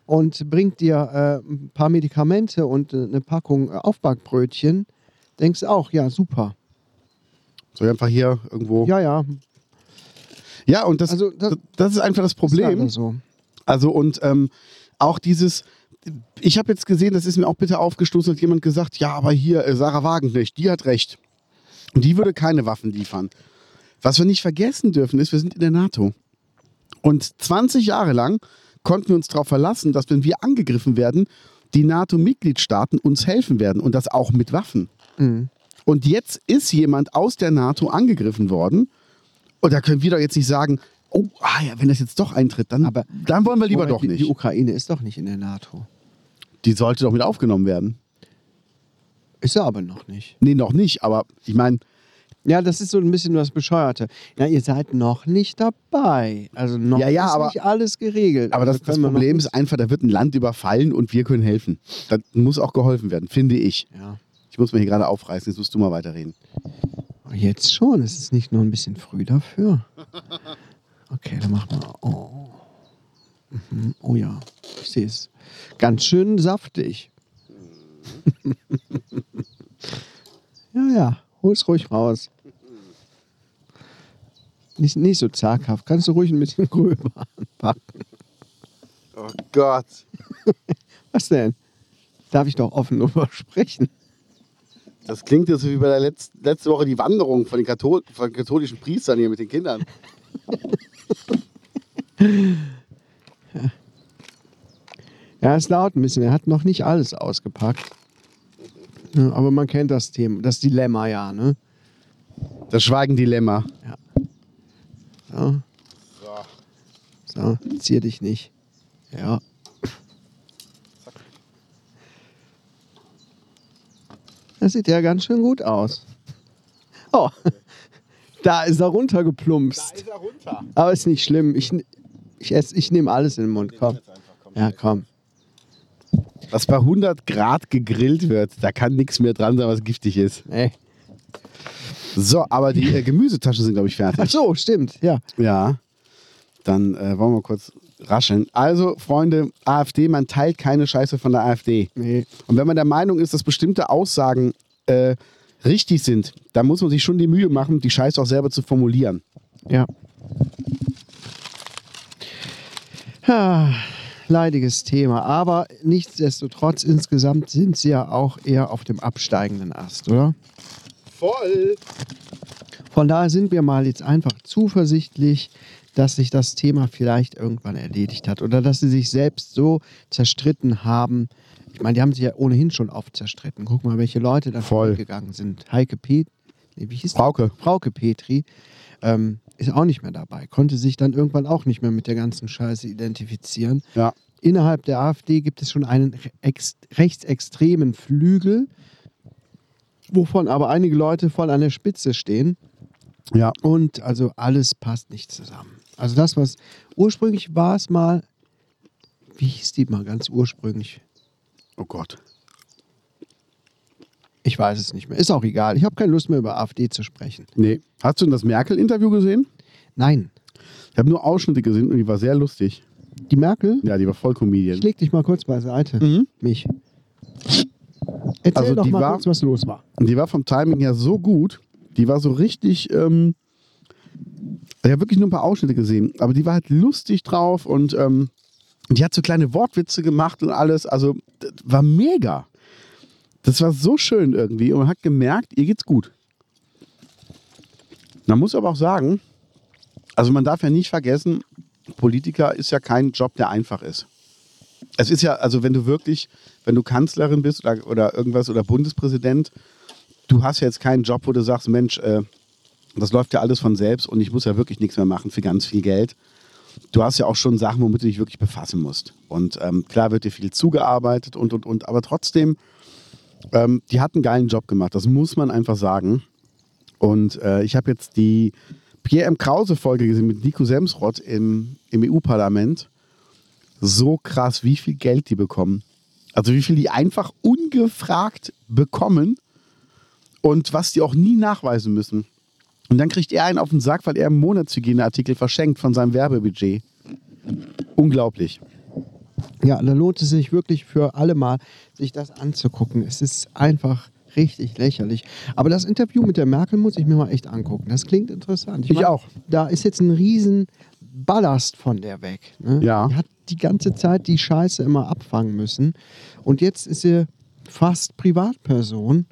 [SPEAKER 2] und bringt dir äh, ein paar Medikamente und äh, eine Packung äh, Aufbackbrötchen, denkst du auch, ja, super.
[SPEAKER 3] so einfach hier irgendwo. Ja,
[SPEAKER 2] Ja, ja,
[SPEAKER 3] und das,
[SPEAKER 2] Also, das-
[SPEAKER 3] das, das ist einfach das
[SPEAKER 2] ist leider
[SPEAKER 3] Problem.
[SPEAKER 2] so.
[SPEAKER 3] Also und ähm, auch dieses, ich habe jetzt gesehen, das ist mir auch bitter aufgestoßen, hat jemand gesagt, ja, aber hier, äh, Sarah Wagenknecht, die hat recht. Und die würde keine Waffen liefern. Was wir nicht vergessen dürfen, ist, wir sind in der NATO. Und 20 Jahre lang konnten wir uns darauf verlassen, dass wenn wir angegriffen werden, die NATO-Mitgliedstaaten uns helfen werden und das auch mit Waffen. Mhm. Und jetzt ist jemand aus der NATO angegriffen worden. Und da können wir doch jetzt nicht sagen, oh, ah ja, wenn das jetzt doch eintritt, dann,
[SPEAKER 2] Aber-
[SPEAKER 3] dann wollen wir lieber
[SPEAKER 2] Moment,
[SPEAKER 3] doch
[SPEAKER 2] die,
[SPEAKER 3] nicht.
[SPEAKER 2] Die Ukraine ist doch nicht in der NATO.
[SPEAKER 3] Die sollte doch mit aufgenommen werden.
[SPEAKER 2] Ist sie aber noch nicht.
[SPEAKER 3] Nee, noch nicht, aber ich meine,
[SPEAKER 2] Ja, das ist so ein bisschen das Bescheuerte. Ja, ihr seid noch nicht dabei. Also noch
[SPEAKER 3] Ja, ja,
[SPEAKER 2] ist
[SPEAKER 3] aber-
[SPEAKER 2] nicht alles geregelt.
[SPEAKER 3] aber das,
[SPEAKER 2] Also
[SPEAKER 3] das
[SPEAKER 2] können wir noch
[SPEAKER 3] Problem ist
[SPEAKER 2] nicht-
[SPEAKER 3] einfach, da wird ein Land überfallen und wir können helfen. Da muss auch geholfen werden, finde ich.
[SPEAKER 2] Ja.
[SPEAKER 3] Ich muss mir hier gerade aufreißen, jetzt musst du mal weiterreden.
[SPEAKER 2] Jetzt schon. Es ist nicht nur ein bisschen früh dafür. Okay, dann machen wir. Oh, mhm. oh ja, ich sehe es. Ganz schön saftig. *laughs* ja, ja, hol's ruhig raus. Nicht, nicht so zaghaft. Kannst du ruhig ein bisschen *laughs* gröber anpacken.
[SPEAKER 3] Oh Gott.
[SPEAKER 2] Was denn? Darf ich doch offen drüber sprechen?
[SPEAKER 3] Das klingt jetzt wie bei der Letz letzte Woche die Wanderung von den Kathol von katholischen Priestern hier mit den Kindern.
[SPEAKER 2] Ja, es dauert ein bisschen. Er hat noch nicht alles ausgepackt. Ja, aber man kennt das Thema, das Dilemma ja, ne?
[SPEAKER 3] Das Schweigendilemma.
[SPEAKER 2] So. So, zier dich nicht. Ja. Das sieht ja ganz schön gut aus. Oh, *laughs* da ist er runtergeplumpst.
[SPEAKER 3] er runter.
[SPEAKER 2] Aber ist nicht schlimm. Ich, ich, ess- ich nehme alles in den Mund. Komm. Ja, komm.
[SPEAKER 3] Was bei 100 Grad gegrillt wird, da kann nichts mehr dran sein, was giftig ist.
[SPEAKER 2] Ey.
[SPEAKER 3] So, aber die äh, Gemüsetaschen sind, glaube ich, fertig.
[SPEAKER 2] Ach so, stimmt. Ja.
[SPEAKER 3] Ja, dann äh, wollen wir kurz rascheln. Also, Freunde, AfD, man teilt keine Scheiße von der AfD.
[SPEAKER 2] Nee.
[SPEAKER 3] Und wenn man der Meinung ist, dass bestimmte Aussagen äh, richtig sind, dann muss man sich schon die Mühe machen, die Scheiße auch selber zu formulieren.
[SPEAKER 2] Ja. Ah, leidiges Thema, aber nichtsdestotrotz insgesamt sind sie ja auch eher auf dem absteigenden Ast, oder?
[SPEAKER 3] Voll!
[SPEAKER 2] Von daher sind wir mal jetzt einfach zuversichtlich, dass sich das Thema vielleicht irgendwann erledigt hat oder dass sie sich selbst so zerstritten haben. Ich meine, die haben sich ja ohnehin schon oft zerstritten. Guck mal, welche Leute da
[SPEAKER 3] Voll.
[SPEAKER 2] gegangen sind. Heike Pet nee, wie hieß die?
[SPEAKER 3] Frauke.
[SPEAKER 2] Frauke Petri ähm, ist auch nicht mehr dabei. Konnte sich dann irgendwann auch nicht mehr mit der ganzen Scheiße identifizieren.
[SPEAKER 3] Ja.
[SPEAKER 2] Innerhalb der AfD gibt es schon einen re- ex rechtsextremen Flügel, wovon aber einige Leute voll an der Spitze stehen.
[SPEAKER 3] Ja.
[SPEAKER 2] Und also alles passt nicht zusammen. Also das, was ursprünglich war es mal, wie hieß die mal ganz ursprünglich?
[SPEAKER 3] Oh Gott.
[SPEAKER 2] Ich weiß es nicht mehr. Ist auch egal. Ich habe keine Lust mehr über AfD zu sprechen.
[SPEAKER 3] Nee. Hast du denn das Merkel-Interview gesehen?
[SPEAKER 2] Nein.
[SPEAKER 3] Ich habe nur Ausschnitte gesehen und die war sehr lustig.
[SPEAKER 2] Die Merkel?
[SPEAKER 3] Ja, die war voll Comedian.
[SPEAKER 2] Ich leg dich mal kurz beiseite. Mich. Erzähl
[SPEAKER 3] Mhm. Also
[SPEAKER 2] doch
[SPEAKER 3] die
[SPEAKER 2] mal
[SPEAKER 3] war-
[SPEAKER 2] kurz, was los war.
[SPEAKER 3] Und die war vom Timing her so gut. Die war so richtig. Ähm, ich habe wirklich nur ein paar Ausschnitte gesehen, aber die war halt lustig drauf und ähm, die hat so kleine Wortwitze gemacht und alles. Also das war mega. Das war so schön irgendwie und man hat gemerkt, ihr geht's gut. Man muss aber auch sagen, also man darf ja nicht vergessen, Politiker ist ja kein Job, der einfach ist. Es ist ja, also wenn du wirklich, wenn du Kanzlerin bist oder, oder irgendwas oder Bundespräsident, du hast ja jetzt keinen Job, wo du sagst, Mensch, äh, das läuft ja alles von selbst und ich muss ja wirklich nichts mehr machen für ganz viel Geld. Du hast ja auch schon Sachen, womit du dich wirklich befassen musst. Und ähm, klar wird dir viel zugearbeitet und, und, und. Aber trotzdem, ähm, die hat einen geilen Job gemacht. Das muss man einfach sagen. Und äh, ich habe jetzt die Pierre M. Krause-Folge gesehen mit Nico Semsrott im, im EU-Parlament. So krass, wie viel Geld die bekommen. Also wie viel die einfach ungefragt bekommen und was die auch nie nachweisen müssen. Und dann kriegt er einen auf den Sack, weil er einen Monatshygieneartikel verschenkt von seinem Werbebudget. Unglaublich.
[SPEAKER 2] Ja, da lohnt es sich wirklich für alle mal, sich das anzugucken. Es ist einfach richtig lächerlich. Aber das Interview mit der Merkel muss ich mir mal echt angucken. Das klingt interessant.
[SPEAKER 3] Ich auch.
[SPEAKER 2] Da ist jetzt ein riesen Ballast von der weg. Ne?
[SPEAKER 3] Ja.
[SPEAKER 2] Die hat die ganze Zeit die Scheiße immer abfangen müssen. Und jetzt ist sie fast Privatperson.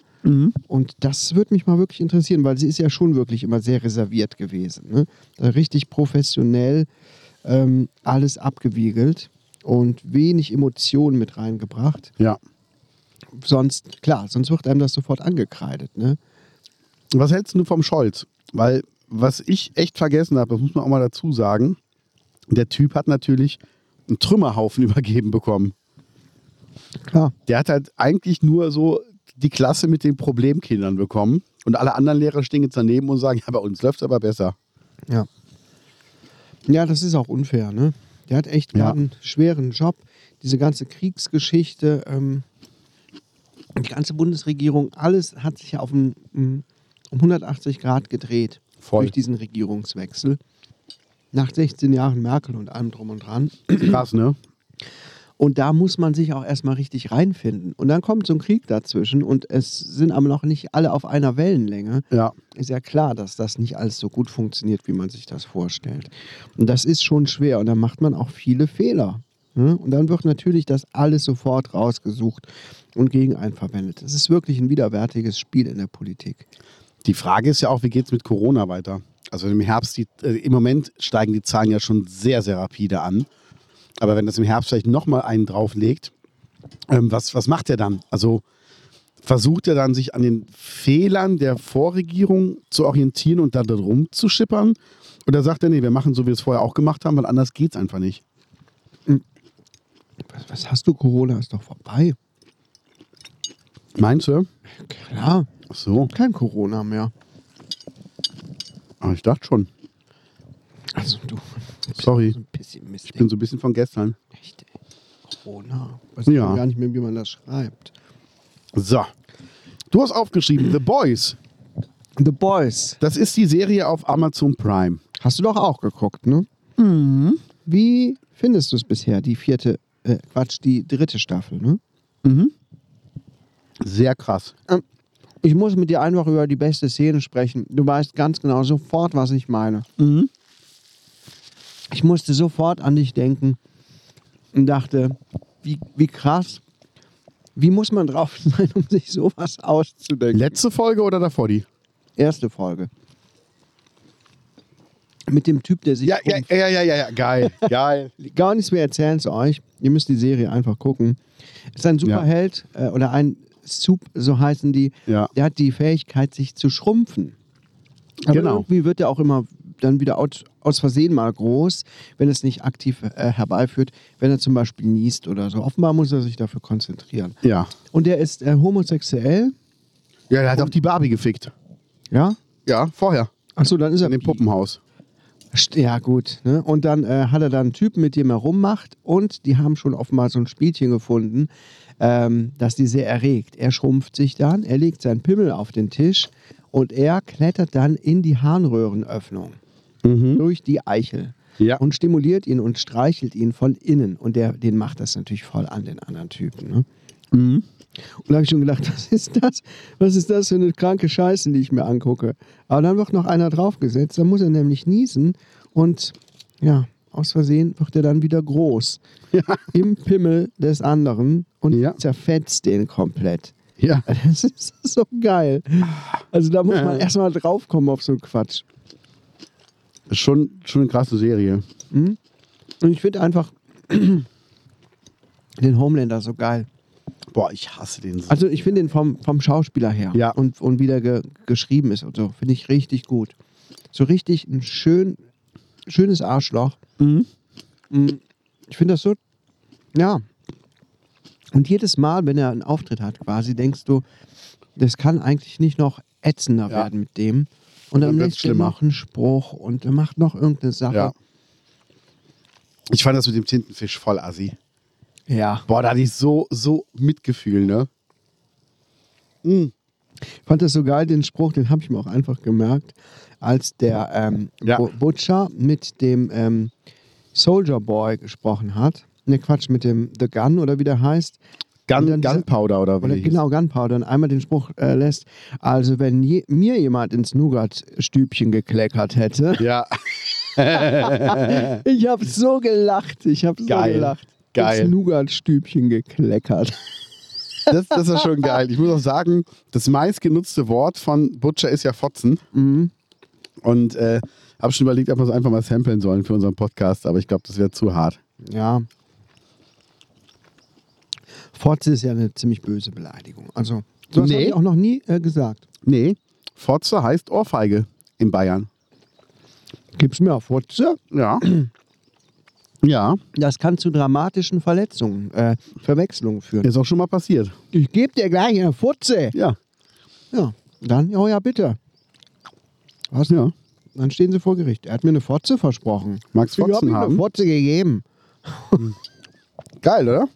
[SPEAKER 2] Und das würde mich mal wirklich interessieren, weil sie ist ja schon wirklich immer sehr reserviert gewesen. Ne? Da Richtig professionell ähm, alles abgewiegelt und wenig Emotionen mit reingebracht.
[SPEAKER 3] Ja.
[SPEAKER 2] Sonst, klar, sonst wird einem das sofort angekreidet. Ne?
[SPEAKER 3] Was hältst du vom Scholz? Weil, was ich echt vergessen habe, das muss man auch mal dazu sagen, der Typ hat natürlich einen Trümmerhaufen *laughs* übergeben bekommen.
[SPEAKER 2] Klar.
[SPEAKER 3] Der hat halt eigentlich nur so die Klasse mit den Problemkindern bekommen. Und alle anderen Lehrer stehen jetzt daneben und sagen, ja, bei uns läuft es aber besser.
[SPEAKER 2] Ja. Ja, das ist auch unfair, ne? Der hat echt
[SPEAKER 3] Ja.
[SPEAKER 2] gerade einen schweren Job. Diese ganze Kriegsgeschichte, ähm, die ganze Bundesregierung, alles hat sich ja auf ein, um 180 Grad gedreht
[SPEAKER 3] Voll.
[SPEAKER 2] durch diesen Regierungswechsel. Nach 16 Jahren Merkel und allem drum und dran.
[SPEAKER 3] Krass, ne?
[SPEAKER 2] Und da muss man sich auch erstmal richtig reinfinden. Und dann kommt so ein Krieg dazwischen und es sind aber noch nicht alle auf einer Wellenlänge
[SPEAKER 3] Ja.
[SPEAKER 2] ist ja klar, dass das nicht alles so gut funktioniert, wie man sich das vorstellt. Und das ist schon schwer und da macht man auch viele Fehler. ne? Und dann wird natürlich das alles sofort rausgesucht und gegen einen verwendet. Es ist wirklich ein widerwärtiges Spiel in der Politik.
[SPEAKER 3] Die Frage ist ja auch, wie geht es mit Corona weiter? Also im Herbst, die, äh, im Moment steigen die Zahlen ja schon sehr, sehr rapide an. Aber wenn das im Herbst vielleicht nochmal einen drauflegt, ähm, was, was macht er dann? Also versucht er dann, sich an den Fehlern der Vorregierung zu orientieren und dann drum zu schippern? Oder sagt er, nee, wir machen so, wie wir es vorher auch gemacht haben, weil anders geht es einfach nicht?
[SPEAKER 2] Was, was hast du? Corona ist doch vorbei.
[SPEAKER 3] Meinst du?
[SPEAKER 2] Klar,
[SPEAKER 3] Ach so,
[SPEAKER 2] kein Corona mehr.
[SPEAKER 3] aber Ah, ich dachte schon.
[SPEAKER 2] Also du.
[SPEAKER 3] Sorry.
[SPEAKER 2] So ein Pessimist.
[SPEAKER 3] Ich bin so ein bisschen von gestern.
[SPEAKER 2] echt. ey. Corona. Weiß
[SPEAKER 3] Ja.
[SPEAKER 2] ich gar nicht mehr, wie man das schreibt.
[SPEAKER 3] So. Du hast aufgeschrieben, The Boys.
[SPEAKER 2] The Boys.
[SPEAKER 3] Das ist die Serie auf Amazon Prime.
[SPEAKER 2] Hast du doch auch geguckt, ne? Wie findest du es bisher, die vierte, äh, Quatsch, die dritte Staffel, ne?
[SPEAKER 3] Sehr krass.
[SPEAKER 2] Ähm, Ich muss mit dir einfach über die beste Szene sprechen. Du weißt ganz genau sofort, was ich meine. Ich musste sofort an dich denken und dachte, wie, wie krass, wie muss man drauf *laughs* sein, um sich sowas auszudenken?
[SPEAKER 3] Letzte Folge oder davor die?
[SPEAKER 2] Erste Folge. Mit dem Typ, der sich um-
[SPEAKER 3] ja, ja, ja, ja. *laughs* Geil, geil.
[SPEAKER 2] gar nichts mehr erzählen zu euch. Ihr müsst die Serie einfach gucken. Ist ein Superheld äh, oder ein Sup, so heißen die.
[SPEAKER 3] Ja.
[SPEAKER 2] Der hat die Fähigkeit, sich zu schrumpfen. Aber
[SPEAKER 3] Genau.
[SPEAKER 2] irgendwie wird er auch immer dann wieder aus, aus Versehen mal groß, wenn es nicht aktiv äh, herbeiführt, wenn er zum Beispiel niest oder so. Offenbar muss er sich dafür konzentrieren.
[SPEAKER 3] Ja.
[SPEAKER 2] Und er ist äh, homosexuell,
[SPEAKER 3] Ja, der hat auch die Barbie gefickt.
[SPEAKER 2] ja?
[SPEAKER 3] Ja, vorher.
[SPEAKER 2] Achso, dann ist er
[SPEAKER 3] In dem Puppenhaus.
[SPEAKER 2] St- Ja, gut. Ne? Und dann äh, hat er da einen Typen, mit dem er rummacht. Und die haben schon offenbar so ein Spielchen gefunden, ähm, das die sehr erregt. Er schrumpft sich dann, er legt seinen Pimmel auf den Tisch und er klettert dann in die Harnröhrenöffnung. durch die Eichel
[SPEAKER 3] Ja.
[SPEAKER 2] und stimuliert ihn und streichelt ihn von innen. Und der, den macht das natürlich voll an den anderen Typen. Ne? Und da habe ich schon gedacht, *laughs* was ist das? Was ist das für eine kranke Scheiße, die ich mir angucke? Aber dann wird noch einer draufgesetzt, dann muss er nämlich niesen und ja, aus Versehen wird er dann wieder groß. Im Pimmel des anderen und
[SPEAKER 3] Ja.
[SPEAKER 2] zerfetzt den komplett. *laughs*
[SPEAKER 3] Ja.
[SPEAKER 2] Das ist so geil. Also da muss man erstmal draufkommen auf so einen Quatsch.
[SPEAKER 3] Ist Schon, schon eine krasse Serie.
[SPEAKER 2] Und ich finde einfach *clears throat* den Homelander so geil.
[SPEAKER 3] Boah, ich hasse den so.
[SPEAKER 2] Also ich finde ihn vom, vom Schauspieler her
[SPEAKER 3] Ja.
[SPEAKER 2] und, und wie der ge, geschrieben ist und so, finde ich richtig gut. So richtig ein schön, schönes Arschloch.
[SPEAKER 3] Mhm.
[SPEAKER 2] Mm, Ich finde das so, ja. Und jedes Mal, wenn er einen Auftritt hat quasi, denkst du, das kann eigentlich nicht noch ätzender
[SPEAKER 3] Ja.
[SPEAKER 2] werden mit dem. Und
[SPEAKER 3] Dann
[SPEAKER 2] dann
[SPEAKER 3] wird's
[SPEAKER 2] lässt er
[SPEAKER 3] schlimmer.
[SPEAKER 2] noch einen Spruch und er macht noch irgendeine Sache.
[SPEAKER 3] Ja. Ich fand das mit dem Tintenfisch voll assi.
[SPEAKER 2] ja.
[SPEAKER 3] Boah, da hatte ich so, so Mitgefühl, ne?
[SPEAKER 2] fand das so geil, den Spruch, den habe ich mir auch einfach gemerkt, als der ähm,
[SPEAKER 3] Ja.
[SPEAKER 2] Bu- Butcher mit dem ähm, Soldier Boy gesprochen hat. Ne, Quatsch, mit dem The Gun oder wie der heißt. Und
[SPEAKER 3] Gun,
[SPEAKER 2] dann diese-
[SPEAKER 3] Gunpowder oder
[SPEAKER 2] Oder
[SPEAKER 3] wie der
[SPEAKER 2] genau, Gunpowder. Und einmal den Spruch äh, lässt, also wenn je, mir jemand ins Nougat-Stübchen gekleckert hätte.
[SPEAKER 3] hieß. Ja.
[SPEAKER 2] *laughs* Ich habe so gelacht. Ich habe so
[SPEAKER 3] Geil.
[SPEAKER 2] gelacht.
[SPEAKER 3] Geil.
[SPEAKER 2] Ins Nougat-Stübchen gekleckert.
[SPEAKER 3] Das, das ist schon geil. Ich muss auch sagen, das meistgenutzte Wort von Butcher ist ja Fotzen. Und äh, habe schon überlegt, ob wir es einfach mal samplen sollen für unseren Podcast, aber ich glaube, das wäre zu hart.
[SPEAKER 2] Ja. Fotze ist ja eine ziemlich böse Beleidigung. Also, sowas
[SPEAKER 3] Nee.
[SPEAKER 2] habe ich auch noch nie äh, gesagt.
[SPEAKER 3] Nee, Fotze heißt Ohrfeige in Bayern.
[SPEAKER 2] Gib's mir auf Fotze.
[SPEAKER 3] Ja. ja,
[SPEAKER 2] Das kann zu dramatischen Verletzungen, äh, Verwechslungen führen.
[SPEAKER 3] ist auch schon mal passiert.
[SPEAKER 2] Ich gebe dir gleich eine Fotze.
[SPEAKER 3] Ja.
[SPEAKER 2] Ja, dann, oh ja, ja, bitte. Was?
[SPEAKER 3] Ja.
[SPEAKER 2] Dann stehen sie vor Gericht. Er hat mir eine Fotze versprochen.
[SPEAKER 3] Magst
[SPEAKER 2] ich habe
[SPEAKER 3] Fotzen
[SPEAKER 2] ihm eine
[SPEAKER 3] haben?
[SPEAKER 2] Fotze gegeben.
[SPEAKER 3] Geil, oder?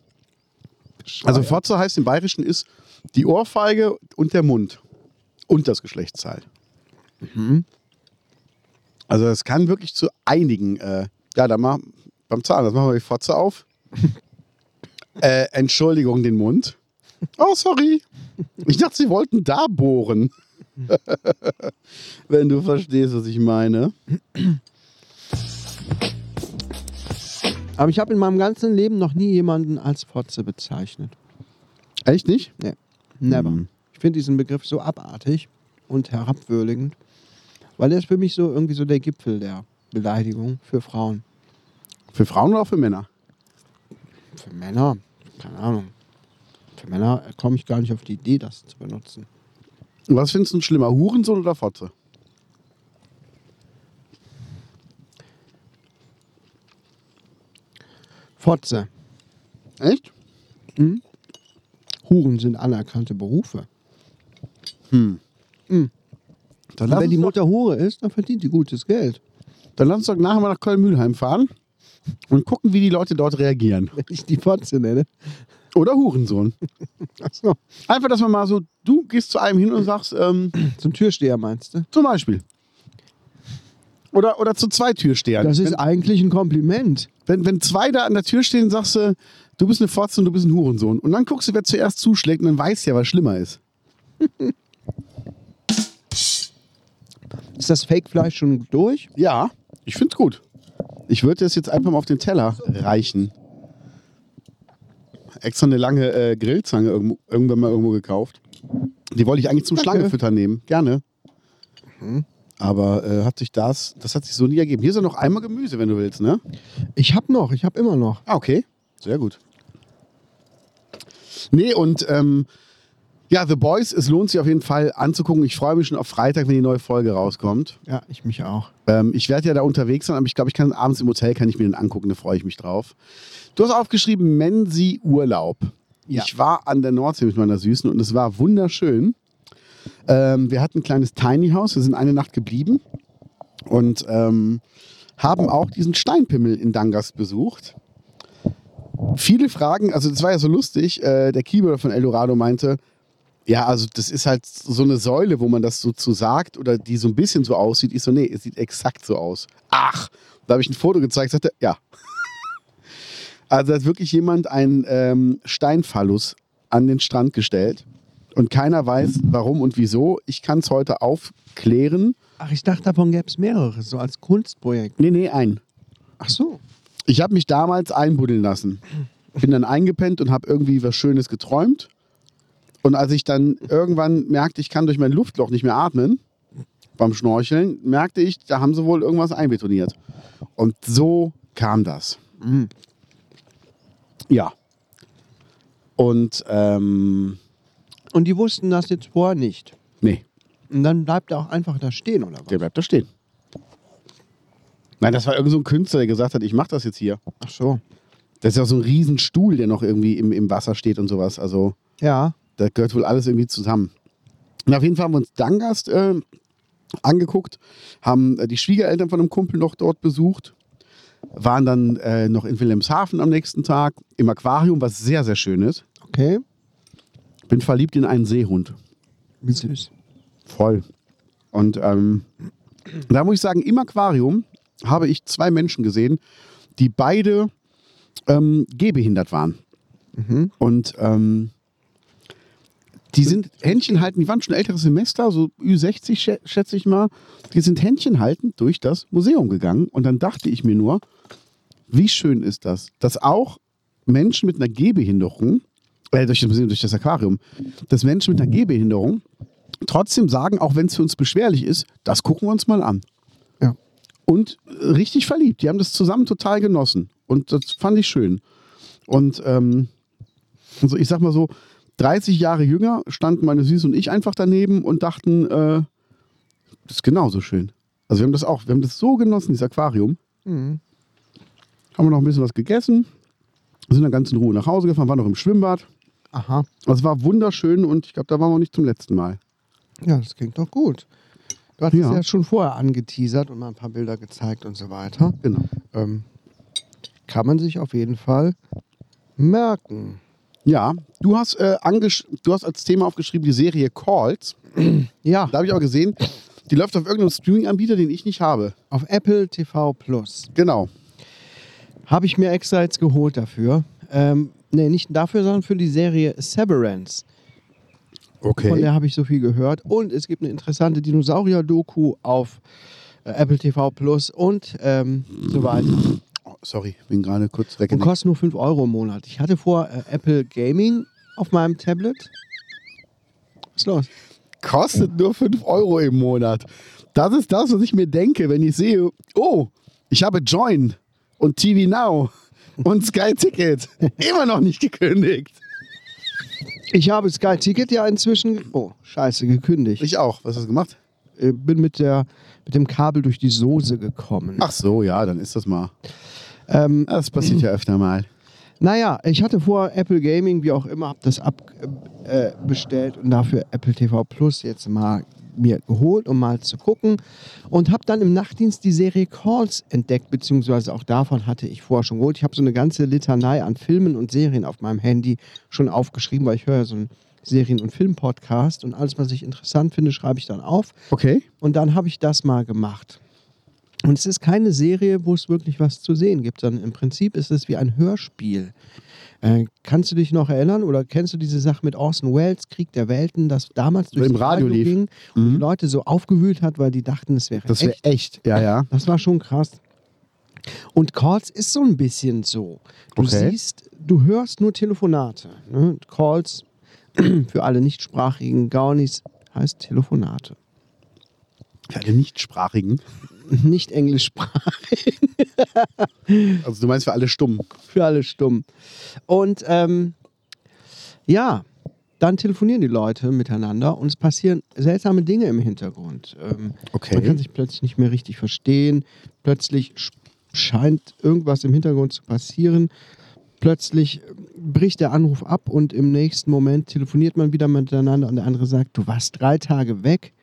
[SPEAKER 3] Also Fotze heißt im Bayerischen ist die Ohrfeige und der Mund und das Geschlechtsteil. Also das kann wirklich zu einigen, äh, ja, da mal beim Zahn, das machen wir die Fotze auf. äh, Entschuldigung, den Mund. Oh, sorry. Ich dachte, sie wollten da bohren. *laughs* Wenn du verstehst, was ich meine.
[SPEAKER 2] Aber ich habe in meinem ganzen Leben noch nie jemanden als Fotze bezeichnet.
[SPEAKER 3] Echt nicht?
[SPEAKER 2] Nee, never.
[SPEAKER 3] Mhm.
[SPEAKER 2] Ich finde diesen Begriff so abartig und herabwürdigend, weil er ist für mich so irgendwie so der Gipfel der Beleidigung für Frauen.
[SPEAKER 3] Für Frauen oder auch für Männer?
[SPEAKER 2] Für Männer, keine Ahnung. Für Männer komme ich gar nicht auf die Idee, das zu benutzen.
[SPEAKER 3] Was findest du schlimmer, Hurensohn oder Fotze?
[SPEAKER 2] Fotze.
[SPEAKER 3] Echt?
[SPEAKER 2] Huren sind anerkannte Berufe.
[SPEAKER 3] Dann
[SPEAKER 2] Und
[SPEAKER 3] lass,
[SPEAKER 2] wenn die
[SPEAKER 3] uns doch,
[SPEAKER 2] Mutter Hure ist, dann verdient die gutes Geld. *laughs*
[SPEAKER 3] dann lass uns doch nachher mal nach Köln-Mühlheim fahren und gucken, wie die Leute dort reagieren.
[SPEAKER 2] Wenn ich die Fotze nenne.
[SPEAKER 3] Oder Hurensohn.
[SPEAKER 2] Achso.
[SPEAKER 3] Einfach, dass man mal so, du gehst zu einem hin und sagst, ähm,
[SPEAKER 2] Zum Türsteher meinst du?
[SPEAKER 3] zum Beispiel. Oder, oder zu zwei Türstehern.
[SPEAKER 2] Das ist
[SPEAKER 3] wenn,
[SPEAKER 2] eigentlich ein Kompliment.
[SPEAKER 3] wenn, wenn zwei da an der Tür stehen, sagst du, du bist eine Fotze und du bist ein Hurensohn. Und dann guckst du, wer zuerst zuschlägt und dann weißt du ja, was schlimmer ist.
[SPEAKER 2] Ist das Fake-Fleisch schon durch?
[SPEAKER 3] Ja, ich find's gut. Ich würde das jetzt einfach mal auf den Teller reichen. Extra eine lange äh, Grillzange irgendwo, irgendwann mal irgendwo gekauft. Die wollte ich eigentlich zum
[SPEAKER 2] Danke.
[SPEAKER 3] Schlangefüttern nehmen. Gerne. Mhm. Aber äh, hat sich das, das hat sich so nie ergeben. Hier ist ja noch einmal Gemüse, wenn du willst, ne?
[SPEAKER 2] Ich hab noch, ich hab immer noch.
[SPEAKER 3] Ah, okay. Sehr gut. Nee, und ähm, ja, The Boys, es lohnt sich auf jeden Fall anzugucken. Ich freue mich schon auf Freitag, wenn die neue Folge rauskommt.
[SPEAKER 2] Ja, ich mich auch.
[SPEAKER 3] Ähm, ich werde ja da unterwegs sein, aber ich glaube, ich kann abends im Hotel kann ich mir den angucken, da freue ich mich drauf. Du hast aufgeschrieben Mensi Urlaub.
[SPEAKER 2] Ja.
[SPEAKER 3] Ich war an der Nordsee mit meiner Süßen und es war wunderschön. Ähm, wir hatten ein kleines Tiny House, wir sind eine Nacht geblieben und ähm, haben auch diesen Steinpimmel in Dangas besucht. Viele Fragen, also das war ja so lustig, äh, der Keyboarder von Eldorado meinte, Ja, also das ist halt so eine Säule, wo man das so zu sagt oder die so ein bisschen so aussieht. Ich so, nee, es sieht exakt so aus. Ach, da habe ich ein Foto gezeigt, sagte, ja. *laughs* Also da hat wirklich jemand einen ähm, Steinphallus an den Strand gestellt und keiner weiß, warum und wieso. Ich kann es heute aufklären.
[SPEAKER 2] Ach, ich dachte, davon gäbe es mehrere, so als Kunstprojekt.
[SPEAKER 3] Nee, nee, ein.
[SPEAKER 2] Ach so.
[SPEAKER 3] Ich habe mich damals einbuddeln lassen. Bin dann eingepennt und habe irgendwie was Schönes geträumt. Und als ich dann irgendwann merkte, ich kann durch mein Luftloch nicht mehr atmen, beim Schnorcheln, merkte ich, da haben sie wohl irgendwas einbetoniert. Und so kam das. Ja. Und, ähm,
[SPEAKER 2] Und die wussten das jetzt vorher nicht.
[SPEAKER 3] nee,
[SPEAKER 2] Und dann bleibt er auch einfach da stehen, oder was?
[SPEAKER 3] der bleibt da stehen. Nein, das war irgend so ein Künstler, der gesagt hat, ich mache das jetzt hier.
[SPEAKER 2] Ach so.
[SPEAKER 3] Das ist ja so ein Riesenstuhl, der noch irgendwie im, im Wasser steht und sowas. Also,
[SPEAKER 2] Ja.
[SPEAKER 3] Da gehört wohl alles irgendwie zusammen. Und auf jeden Fall haben wir uns Dangast äh, angeguckt, haben äh, die Schwiegereltern von einem Kumpel noch dort besucht, waren dann äh, noch in Wilhelmshaven am nächsten Tag im Aquarium, was sehr, sehr schön ist.
[SPEAKER 2] Okay.
[SPEAKER 3] Bin verliebt in einen Seehund.
[SPEAKER 2] Wie süß.
[SPEAKER 3] Voll. Und ähm, da muss ich sagen, im Aquarium habe ich zwei Menschen gesehen, die beide ähm, gehbehindert waren. Und ähm, die sind Händchen halten, die waren schon älteres Semester, so Ü60 schä- schätze ich mal. Die sind Händchen haltend durch das Museum gegangen. Und dann dachte ich mir nur, wie schön ist das, dass auch Menschen mit einer Gehbehinderung, äh, durch das Museum, durch das Aquarium, dass Menschen mit einer Gehbehinderung trotzdem sagen, auch wenn es für uns beschwerlich ist, das gucken wir uns mal an.
[SPEAKER 2] Ja.
[SPEAKER 3] Und äh, richtig verliebt. Die haben das zusammen total genossen. Und das fand ich schön. Und ähm, also ich sag mal so, 30 Jahre jünger standen meine Süße und ich einfach daneben und dachten, äh, das ist genauso schön. Also wir haben das auch, wir haben das so genossen, dieses Aquarium. Haben wir noch ein bisschen was gegessen, sind dann ganz in Ruhe nach Hause gefahren, waren noch im Schwimmbad.
[SPEAKER 2] Aha.
[SPEAKER 3] Das war wunderschön und ich glaube, da waren wir auch nicht zum letzten Mal.
[SPEAKER 2] Ja, das klingt doch gut. Du hattest
[SPEAKER 3] Ja.
[SPEAKER 2] ja. schon vorher angeteasert und mal ein paar Bilder gezeigt und so weiter.
[SPEAKER 3] Genau.
[SPEAKER 2] Ähm, kann man sich auf jeden Fall merken.
[SPEAKER 3] Ja, du hast, äh, angesch du hast als Thema aufgeschrieben die Serie Calls.
[SPEAKER 2] Ja,
[SPEAKER 3] Da habe ich aber gesehen, die läuft auf irgendeinem Streaming-Anbieter, den ich nicht habe.
[SPEAKER 2] auf Apple TV Plus.
[SPEAKER 3] Genau.
[SPEAKER 2] Habe ich mir extra jetzt geholt dafür. Ähm, nee, nicht dafür, sondern für die Serie Severance. Von der habe ich so viel gehört. Und es gibt eine interessante Dinosaurier-Doku auf äh, Apple TV Plus und ähm, so weiter.
[SPEAKER 3] Oh, sorry, bin gerade kurz weg.
[SPEAKER 2] Und kostet nur 5 Euro im Monat. Ich hatte vor äh, Apple Gaming auf meinem Tablet. Was ist los?
[SPEAKER 3] Kostet nur 5 Euro im Monat. Das ist das, was ich mir denke, wenn ich sehe, oh, ich habe Join und TV Now *laughs* und Sky Ticket immer noch nicht gekündigt.
[SPEAKER 2] Ich habe Sky Ticket ja inzwischen. ge- Oh, scheiße, gekündigt. Ich
[SPEAKER 3] Ich auch. Was hast du gemacht?
[SPEAKER 2] äh, bin mit, der, mit dem Kabel durch die Soße gekommen.
[SPEAKER 3] Ach so, ja, dann ist das mal. das passiert ja öfter mal.
[SPEAKER 2] Naja, ich hatte vor Apple Gaming, wie auch immer, habe das abbestellt äh, bestellt und dafür Apple TV Plus jetzt mal mir geholt, um mal zu gucken. Und habe dann im Nachtdienst die Serie Calls entdeckt, beziehungsweise auch davon hatte ich vorher schon geholt. Ich habe so eine ganze Litanei an Filmen und Serien auf meinem Handy schon aufgeschrieben, weil ich höre ja so einen Serien- und Film-Podcast und alles, was ich interessant finde, schreibe ich dann auf.
[SPEAKER 3] Okay.
[SPEAKER 2] Und dann habe ich das mal gemacht. Und es ist keine Serie, wo es wirklich was zu sehen gibt, sondern im Prinzip ist es wie ein Hörspiel. Äh, kannst du dich noch erinnern oder kennst du diese Sache mit Orson Welles, Krieg der Welten, das damals durchs
[SPEAKER 3] Im Radio lief. Mhm.
[SPEAKER 2] ging und die Leute so aufgewühlt hat, weil die dachten, es wäre
[SPEAKER 3] Das wäre
[SPEAKER 2] echt.
[SPEAKER 3] echt. Ja, ja.
[SPEAKER 2] Das war schon krass. Und Calls ist so ein bisschen so. Du
[SPEAKER 3] Okay.
[SPEAKER 2] siehst, du hörst nur Telefonate. Ne? Calls *clears throat* für alle nichtsprachigen Gaunis heißt Telefonate.
[SPEAKER 3] Für alle Nichtsprachigen.
[SPEAKER 2] Nicht englischsprachig.
[SPEAKER 3] Also du meinst für alle stumm.
[SPEAKER 2] *laughs* für alle stumm. Und ähm, ja, dann telefonieren die Leute miteinander und es passieren seltsame Dinge im Hintergrund. Ähm,
[SPEAKER 3] Okay.
[SPEAKER 2] Man kann sich plötzlich nicht mehr richtig verstehen. Plötzlich sch- scheint irgendwas im Hintergrund zu passieren. Plötzlich ähm, bricht der Anruf ab und im nächsten Moment telefoniert man wieder miteinander und der andere sagt, du warst drei Tage weg.